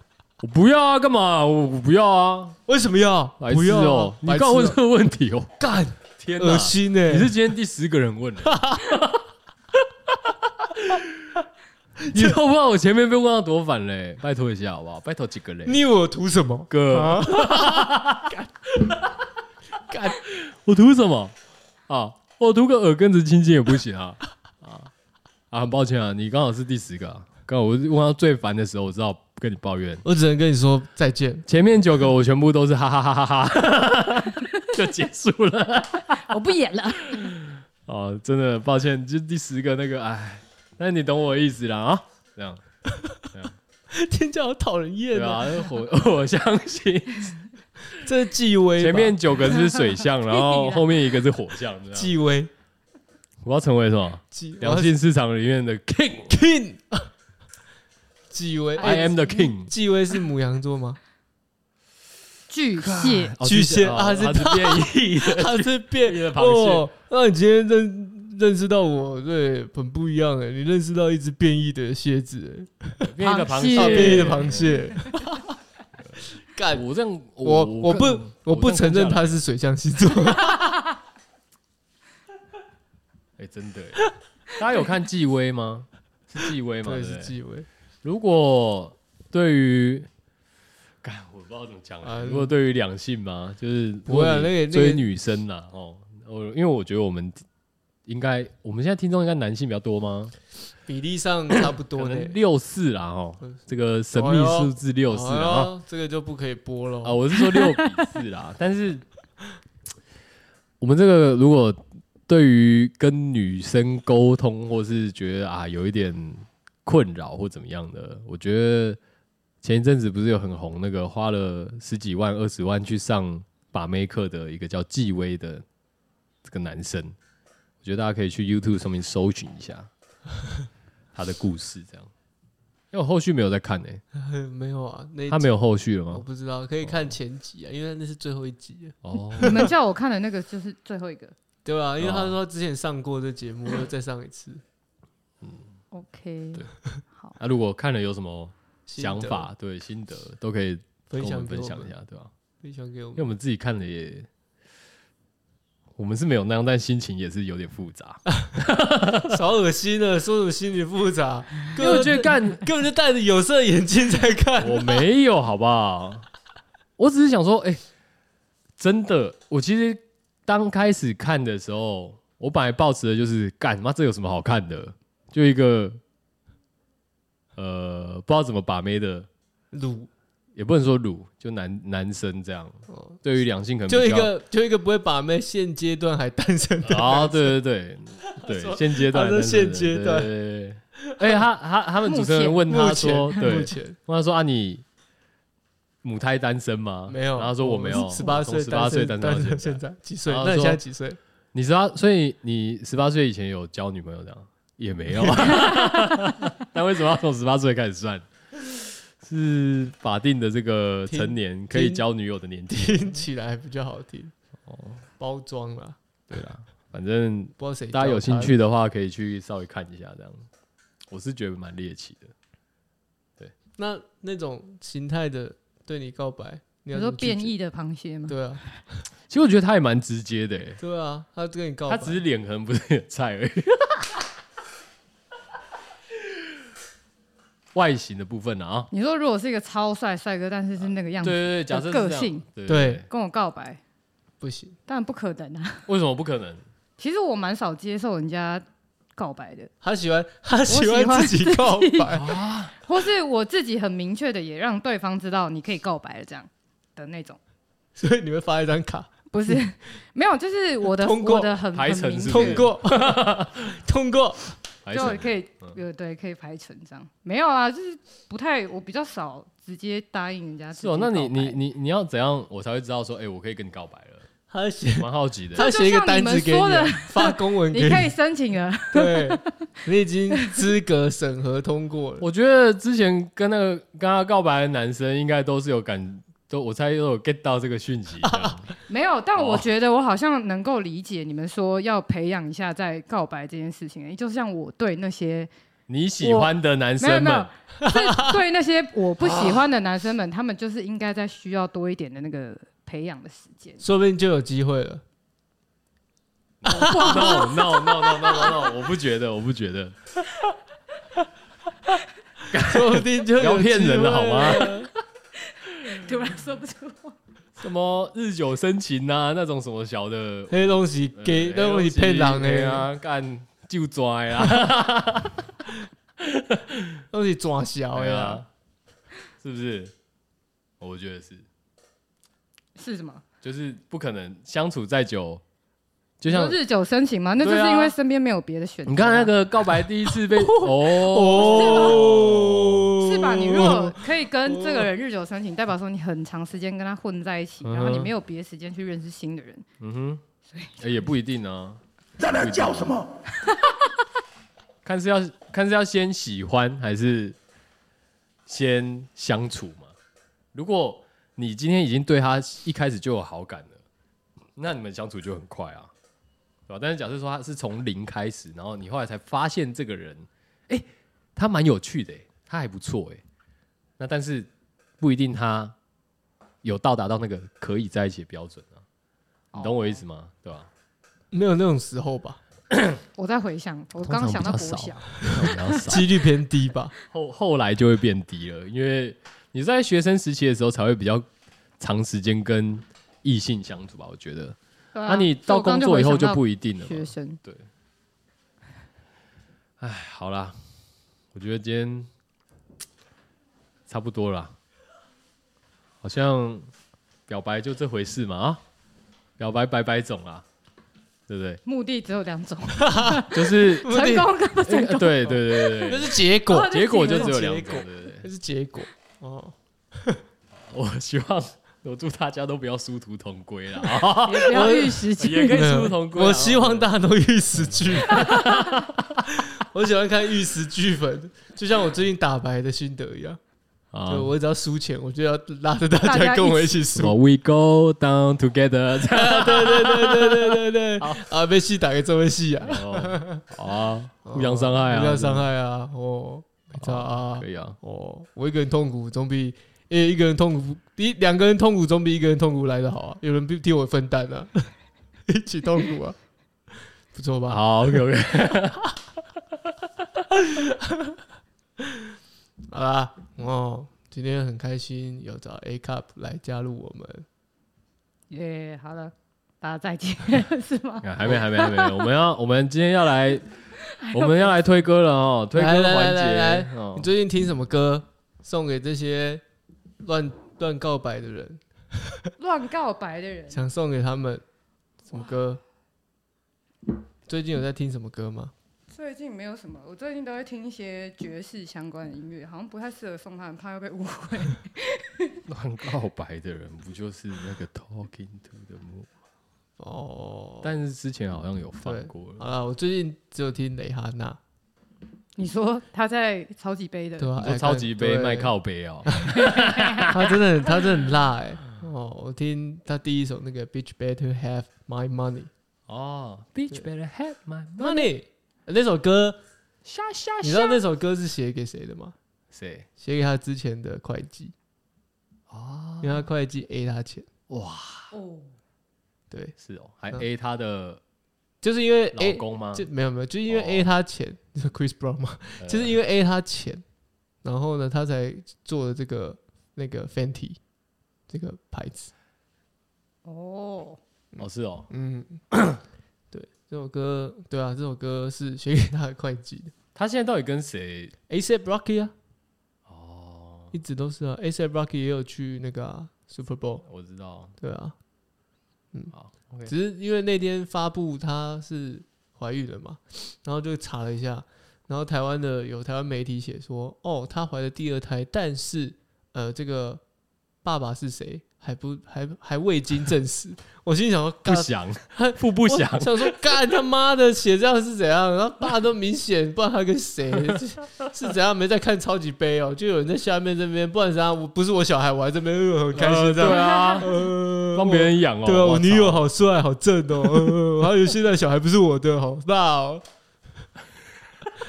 S1: 我不要啊，干嘛？我我不要啊，
S2: 为什么要？
S1: 白
S2: 不
S1: 痴
S2: 要
S1: 哦！你
S2: 白痴
S1: 刚
S2: 哦
S1: 问这个问题哦，
S2: 干，
S1: 天哪
S2: 恶！心欸呢！
S1: 你是今天第十个人问的，你都不知道我前面被问到多烦嘞，拜托一下好不好？拜托几个嘞？
S2: 你以为我图什么？
S1: 哥，
S2: 啊！干干
S1: 我图什么啊？我图个耳根子亲亲也不行啊！ 啊啊，很抱歉啊，你刚好是第十个、啊，刚好我是问到最烦的时候，我知道跟你抱怨。
S2: 我只能跟你说再见。
S1: 前面九个我全部都是哈哈哈哈哈， 就结束了。
S3: 焚我不演了。
S1: 哦，真的抱歉，就第十个那个，哎，那你懂我意思啦啊，这样
S2: 天叫好讨人厌
S1: 对
S2: 啊！
S1: 啊， 我我相信
S2: 这是纪威吧，
S1: 前面九个是水象，然后后面一个是火象， 这样。
S2: 纪威，
S1: 我要成为什么？
S2: 纪
S1: 良性市场里面的 king，I
S2: King，纪威哎
S1: am the king。
S2: 纪威是母羊座吗？
S3: 巨蟹，
S1: 哦
S2: 巨蟹
S1: 哦
S2: 啊是
S1: 它是变异的，
S2: 他是变
S1: 变了螃蟹
S2: 哦，那你今天认认识到我，对，很不一样哎。你认识到一只变异的 蝎子
S1: 变异的螃
S3: 螃蟹
S1: 蟹，
S2: 哎，啊，变异的螃
S1: 蟹。
S2: 蟹。干，
S1: 哎我这样，
S2: 我我不
S1: 更
S2: 我不
S1: 更
S2: 承认
S1: 像
S2: 他是水象星座。
S1: 哎、真的耶，大家有看纪薇吗？是纪薇吗？对
S2: 对，
S1: 不
S2: 是
S1: 对，
S2: 纪委。
S1: 如果对于，干我不知道怎么讲、
S2: 啊
S1: 啊。如果对于两性嘛，就是
S2: 不会啊
S1: 如果你
S2: 那个那个
S1: 追女生呐、哦，我因为我觉得我们应该，我们现在听众应该男性比较多吗？
S2: 比例上差不
S1: 可
S2: 多呢。哎
S1: 能六四啦，哦
S2: 嗯，
S1: 这个神秘数字六四啊。哦
S2: 哎呦，这个就不可以播了
S1: 啊，。我是说六比四啦， 但是我们这个如果对于跟女生沟通，或是觉得啊有一点困扰或怎么样的，我觉得前一阵子不是有很红那个花了十几万、二十万去上把妹课的一个叫纪薇的这个男生，我觉得大家可以去 YouTube 上面搜寻一下他的故事，这样。因为我后续没有在看呢、欸
S2: 没有啊，那一
S1: 他
S2: 集
S1: 没有后续了
S2: 我
S1: 吗？
S2: 不知道，可以看前集啊，因为那是最后一集了，
S1: 哦，
S3: 你们叫我看的那个就是最后一 个。
S2: 对
S1: 啊
S2: 吧？因为他说之前上过这节目，又再上一次。
S3: OK，
S1: 对
S3: 好，
S1: 那、如果看了有什么
S2: 心得
S1: 想法、对心得，都可以跟
S2: 分
S1: 我
S2: 享
S1: 们
S2: 给
S1: 分
S2: 我
S1: 享
S2: 们
S1: 一，下，对吧、
S2: 分享给我
S1: 因为
S2: 们。
S1: 我们自己看了也，我们是没有那样，但心情也是有点复杂。
S2: 少恶心了，说什么心理复杂？
S1: 因为我觉
S2: 根
S1: 得干
S2: 本根本就戴着有色眼镜在看。
S1: 我没有，好不好？ 我只是想说，哎、真的，我其实刚开始看的时候，我本来抱持的就是干妈这有什么好看的？就一个呃，不知道怎么把妹的，
S2: 乳，
S1: 也不能说乳，就男男生这样。
S2: 哦
S1: 对于两性可能
S2: 就
S1: 比
S2: 一
S1: 较
S2: 个就一个不会把妹，现阶段还单身 的。
S1: 啊，对对 对对，
S2: 说
S1: 现阶段
S2: 他说
S1: 但是
S2: 现阶段
S1: 对对对对而且他他他们主持人问
S2: 目
S1: 他
S2: 前
S1: 说，
S2: 目
S1: 对，
S2: 前
S1: 问他说啊，你母胎单身吗？
S2: 没有，
S1: 啊然后他说我没有，哦
S2: 十八岁
S1: 十八岁单
S2: 单
S1: 身到
S2: 身，
S1: 现
S2: 现
S1: 在。
S2: 在几岁？
S1: 然后
S2: 那你
S1: 说
S2: 现在几岁？
S1: 你知道，所以你十八岁以前有交女朋友这样也没有， 但为什么要从十八岁开始算？是法定的这个
S2: 听
S1: 成年可以
S2: 听
S1: 交女友的年纪，
S2: 听起来比较好听。
S1: 哦
S2: 包装啦，
S1: 对啦，反正
S2: 不知道谁
S1: 大家有
S2: 教
S1: 兴
S2: 他
S1: 趣的话，可以去稍微看一下，这样我是觉得蛮猎奇的。
S2: 那那种形态的对你告白，你
S3: 你
S2: 要
S3: 说
S2: 怎么拒绝
S3: 变？异的螃蟹吗？
S2: 对啊，
S1: 其实我觉得他也蛮直接的、欸，
S2: 对啊，他跟你告白，
S1: 他只是脸可能不是很菜而已。外形的部分啊，啊
S3: 你说如果是一个超帅帅哥，但是是那个样
S1: 对
S3: 子，呃
S1: 对对，假设是
S3: 个
S1: 这样
S3: 性，
S1: 对
S2: 对
S3: 跟我告白，
S2: 不行，
S3: 当然不可能啊。
S1: 为什么不可能？
S3: 其实我蛮少接受人家告白的，
S2: 他喜欢他
S3: 喜欢
S2: 欢自己告白，
S3: 或是我自己很明确的也让对方知道你可以告白了这样。的那种，
S2: 所以你会发一张卡，
S3: 不是 没有，就是我的
S2: 通过
S3: 我的很
S1: 排
S3: 很
S1: 程
S3: 明
S1: 是
S3: 确
S1: 不是
S2: 通过， 通过，
S1: 还
S3: 就是可以，
S1: 嗯
S3: 呃，对，可以排成这样。没有啊，就是不太，我比较少直接答应人家。
S1: 是哦？那你你你你要怎样，我才会知道说，哎、我可以跟你告白了？
S2: 他写
S1: 蛮好奇的。
S2: 他写一个单子给你
S3: 这就
S2: 啊
S3: 像 你们，
S2: 发公文给
S3: 你 可以申请啊了，
S2: 对，你已经资格审核通过了。
S1: 我觉得之前跟那个跟他告白的男生，应该都是有感，都我猜都有 get 到这个讯息的。
S3: 没有。但我
S1: 哦
S3: 觉得我好像能够理解你们说要培养一下再告白这件事情，就像我对那些
S1: 你喜欢的男
S3: 没有
S1: 生
S3: 没
S1: 们
S3: 有，是 对那些我不喜欢的男生们，他们就是应该在需要多一点的那个培养的时间。
S2: 说不定就有机会了。
S1: ，no no no no no no no，我不觉得，我不觉得。
S2: 说不定 就有
S1: 不要骗人了
S2: 机会了？
S3: 突然说不出话，
S1: 什么日久生情啊，那种什么小的，呃
S2: 那些东西 给那些东西骗人
S1: 哎
S2: 的啊，
S1: 啊，干就啊抓 呀，
S2: 东西抓小
S1: 哎
S2: 的
S1: 呀
S2: 啊。，
S1: 是不是？哦我觉得是，
S3: 是什么？
S1: 就是不可能相处再久，就
S3: 就
S1: 像
S3: 日久生情吗？那就
S1: 对
S3: 是
S1: 啊
S3: 因为身边没有别的选择啊。
S1: 你看那个告白第一次 被哦
S2: 哦，
S3: 是吧？你如果可以跟这个人日久生情，代表说你很长时间跟他混在一起，
S1: 嗯哼
S3: 然后你没有别的时间去认识新的人。
S1: 嗯哼，哎也不一定啊，
S4: 在那叫什么？
S1: 看是要看是要先喜欢还是先相处嘛。如果你今天已经对他一开始就有好感了，那你们相处就很快啊，对吧？但是假设说他是从零开始，然后你后来才发现这个人，哎、他蛮有趣的、欸，他还不错，哎，那但是不一定他有到达到那个可以在一起的标准啊，你懂我意思吗？对吧？
S2: 没有那种时候吧，
S3: 我在回想，我刚想到国小，
S1: 那我们要少
S2: 几率偏低吧。
S1: 后后来就会变低了，因为你在学生时期的时候才会比较长时间跟异性相处吧，我觉得。
S3: 那
S1: 那、啊你到工作以后就不
S3: 一
S1: 一定了
S3: 学
S1: 嘛。
S3: 生
S1: 哎，好啦，我觉得今天差不多啦，好像表白就这回事嘛啊，表白百百种啦，对不对？
S3: 目的只有两种，
S1: 就是、
S2: 目的
S3: 成功跟不
S1: 哎
S3: 成功。
S1: 对对对对
S2: 那
S1: 对，
S2: 是结果
S3: 哦，
S1: 结果就只有
S2: 结
S1: 两
S2: 果
S1: 种，对对对。
S2: 那是结果哦。
S1: 我希望我祝大家都不要殊途同归了啊。
S3: 也不要遇时
S1: 也可
S3: 机。
S1: 以殊途同归啊
S2: 嗯我希望大家都玉石俱焚。 我喜欢看玉石俱焚，就像我最近打牌的心得一样。
S1: 啊
S2: 对，我只要输钱，我就要拉着大
S3: 大家
S2: 家
S3: 一
S2: 跟我一起
S1: 什么
S2: 输。
S1: We go down together 这 样。
S2: 对对对对对对对，啊，被戏打给这位戏啊，
S1: 哦好啊，互相伤害啊，
S2: 互相伤害啊，哦，没差啊
S1: 可，以啊。
S2: 哦，我一个人痛苦总比诶一个人痛苦，一两个人痛苦总比一个人痛苦来的好啊，有人替我分担啊， 一起痛苦啊，不错吧？
S1: 好，OK OK，
S2: 好啦，哦，今天很开心有找 A Cup 来加入我们，
S3: 耶，好了，大家再见， 是吗？
S1: 啊还没还没还没，我们 要我们今天要来，我们要来推歌了哦，推歌
S2: 来哎来
S1: 环
S2: 来来
S1: 节
S2: 来
S1: 哦
S2: 你。最近听什么歌？送给这些乱乱告白的人，
S3: 乱告白的 人，
S2: 想送给他们什么歌？最近有在听什么歌吗？
S3: 最近没有什么，我最近都会听一些爵士相关的音乐，好像不太适合送他们，怕会被误会。
S1: 乱告白的人不就是那个 Talking to the Moon？
S2: 哦，
S1: 但是之前好像有放
S2: 对
S1: 过了。
S2: 好啦，我最近只有听蕾哈娜，
S3: 你说他在超级杯的
S2: 对吧、
S1: 你说
S2: 哎
S1: 超级杯
S2: 对
S1: 卖靠杯哦，
S2: 他真的很他真的很辣哎、哦，我听他第一首那个 Bitch Better Have My Money
S1: 哦，Bitch better have my
S2: Money 那首歌，
S1: 下下
S2: 你知道那首歌是写给谁的吗？
S1: 谁？
S2: 写给他之前的会计，
S1: 哦，
S2: 因为他会计 A 他钱，
S1: 哇，
S3: 哦，
S2: 对，
S1: 是哦，还
S2: 嗯哎
S1: A 她的
S2: 就是因为
S1: 老
S2: A
S1: 公吗？
S2: 就没有没有，就因为
S1: 哦
S2: A 他钱， 就是 Chris Brown 嘛，
S1: 呃
S2: 就是因为 A 他钱，然后呢，他才做了这个那个 Fenty 这个牌子，
S3: 哦，
S1: 哦是哦，
S2: 嗯， 对，这首歌，对啊，这首歌是写给他的会计的。
S1: 他现在到底跟谁？
S2: A$AP Rocky 啊，
S1: 哦，
S2: 一直都是啊。A$AP Rocky 也有去那个、啊、 Super Bowl，
S1: 我知道。
S2: 对啊，
S1: 好，OK，
S2: 只是因为那天发布她是怀孕了嘛，然后就查了一下，然后台湾的有台湾媒体写说，哦，她怀了第二胎，但是呃，这个爸爸是谁还不还还未经证实。我心里想说，
S1: 不
S2: 干
S1: 想，腹不想
S2: 我，想说干他妈的写这样是怎样？然后爸都明显，不然他跟谁是是怎样？没在看超级杯哦，就有人在下面这边，不然怎样？我不是我小孩，我还这边呃很开
S1: 呃
S2: 心这
S1: 对
S2: 样，
S1: 啊，
S2: 呃
S1: 帮别人养哦。
S2: 对啊，
S1: 哇
S2: 我
S1: 操
S2: 女友好帅，好正哦。 呃、还有现在小孩不是我的，好大 哦。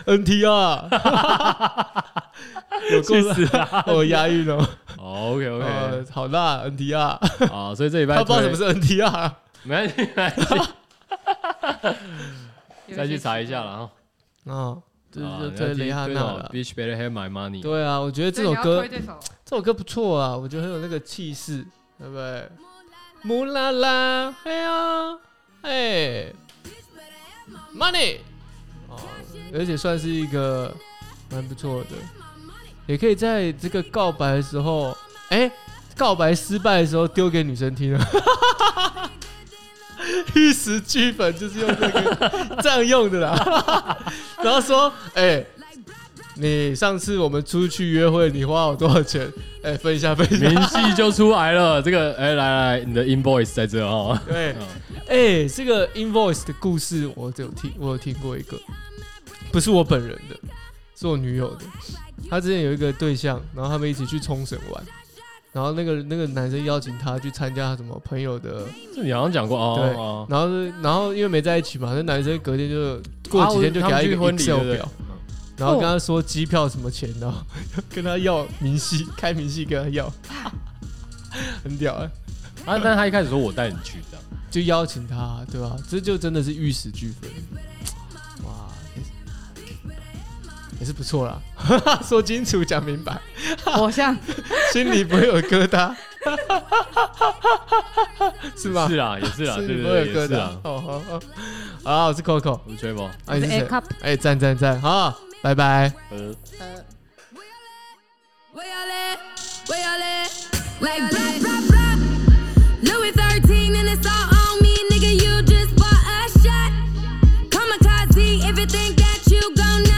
S2: NTR，有
S1: 去
S2: 够
S1: 死 啊
S2: 我押韵哦。
S1: ！OK
S2: 呃
S1: OK，，
S2: 好辣 NTR，
S1: 好，所以这礼拜
S2: 他不知道
S1: 推
S2: 什么是 NTR。
S1: 没关系，没关系，
S3: 有
S1: 再
S3: 些
S1: 去查
S3: 奇
S1: 一下
S3: 怪
S1: 了。哈。
S2: 哦，这
S1: 啊
S2: 这
S1: 你要听哦
S2: 这雷哈
S1: 推
S2: 娜
S1: 什么
S2: 了。
S1: Bitch better have my money。
S2: 对啊，我觉得这
S3: 所
S2: 首
S3: 以你要
S2: 歌
S3: 推这首
S2: 这首歌不错啊，我觉得很有那个气势，对不对？木啦啦，哎呀，哎，money，哦，而且算是一个蛮不错的，也可以在这个告白的时候，哎，告白失败的时候丢给女生听啊。 玉石俱焚就是用这个这样用的啦， 然后说，哎、你上次我们出去约会，你花我多少钱？哎、分一下，分一下。
S1: 明细就出来了， 这个哎，来来，你的 invoice 在这哦。
S2: 对，哎、这个 invoice 的故事我只有听，我有听过一个，不是我本人的，是我女友的。她之前有一个对象，然后他们一起去冲绳玩，然后那个那个男生邀请她去参加什么朋友的，
S1: 这你好像讲过哦
S2: 对
S1: 哦。
S2: 然后是然后因为没在一起嘛，那男生隔天就过几天就给
S1: 啊他
S2: 她
S1: 们
S2: 一
S1: 去
S2: 个
S1: 婚礼
S2: Excel
S1: 对不对
S2: 表，然后跟他说机票什么钱，然后跟他要明细，开明细跟他要， 很屌啊、
S1: 啊，但他一开始说我带你去这样，
S2: 就邀请他，对吧、这就真的是玉石俱焚，哇，也是也是不错啦， 说清楚讲明 白，
S3: 我像
S2: 心里不会有疙瘩， 是吗？
S1: 是啊，也是啊，对
S2: 心
S1: 对
S2: 里不会有
S1: 对，也
S2: 疙
S1: 是
S2: 瘩
S1: 啊。。
S2: 好好好，好，我是 Coco，
S1: 我是 Travel，
S2: 哎、你是
S3: A
S2: 谁？
S3: cup
S2: 哎、赞赞赞，好，拜拜。
S1: 呃。
S4: Way ole, way ole, like blah blah blah. Louis 13 and it's all on me, nigga. You just bought a shot. Kamikaze, if you think that you gon'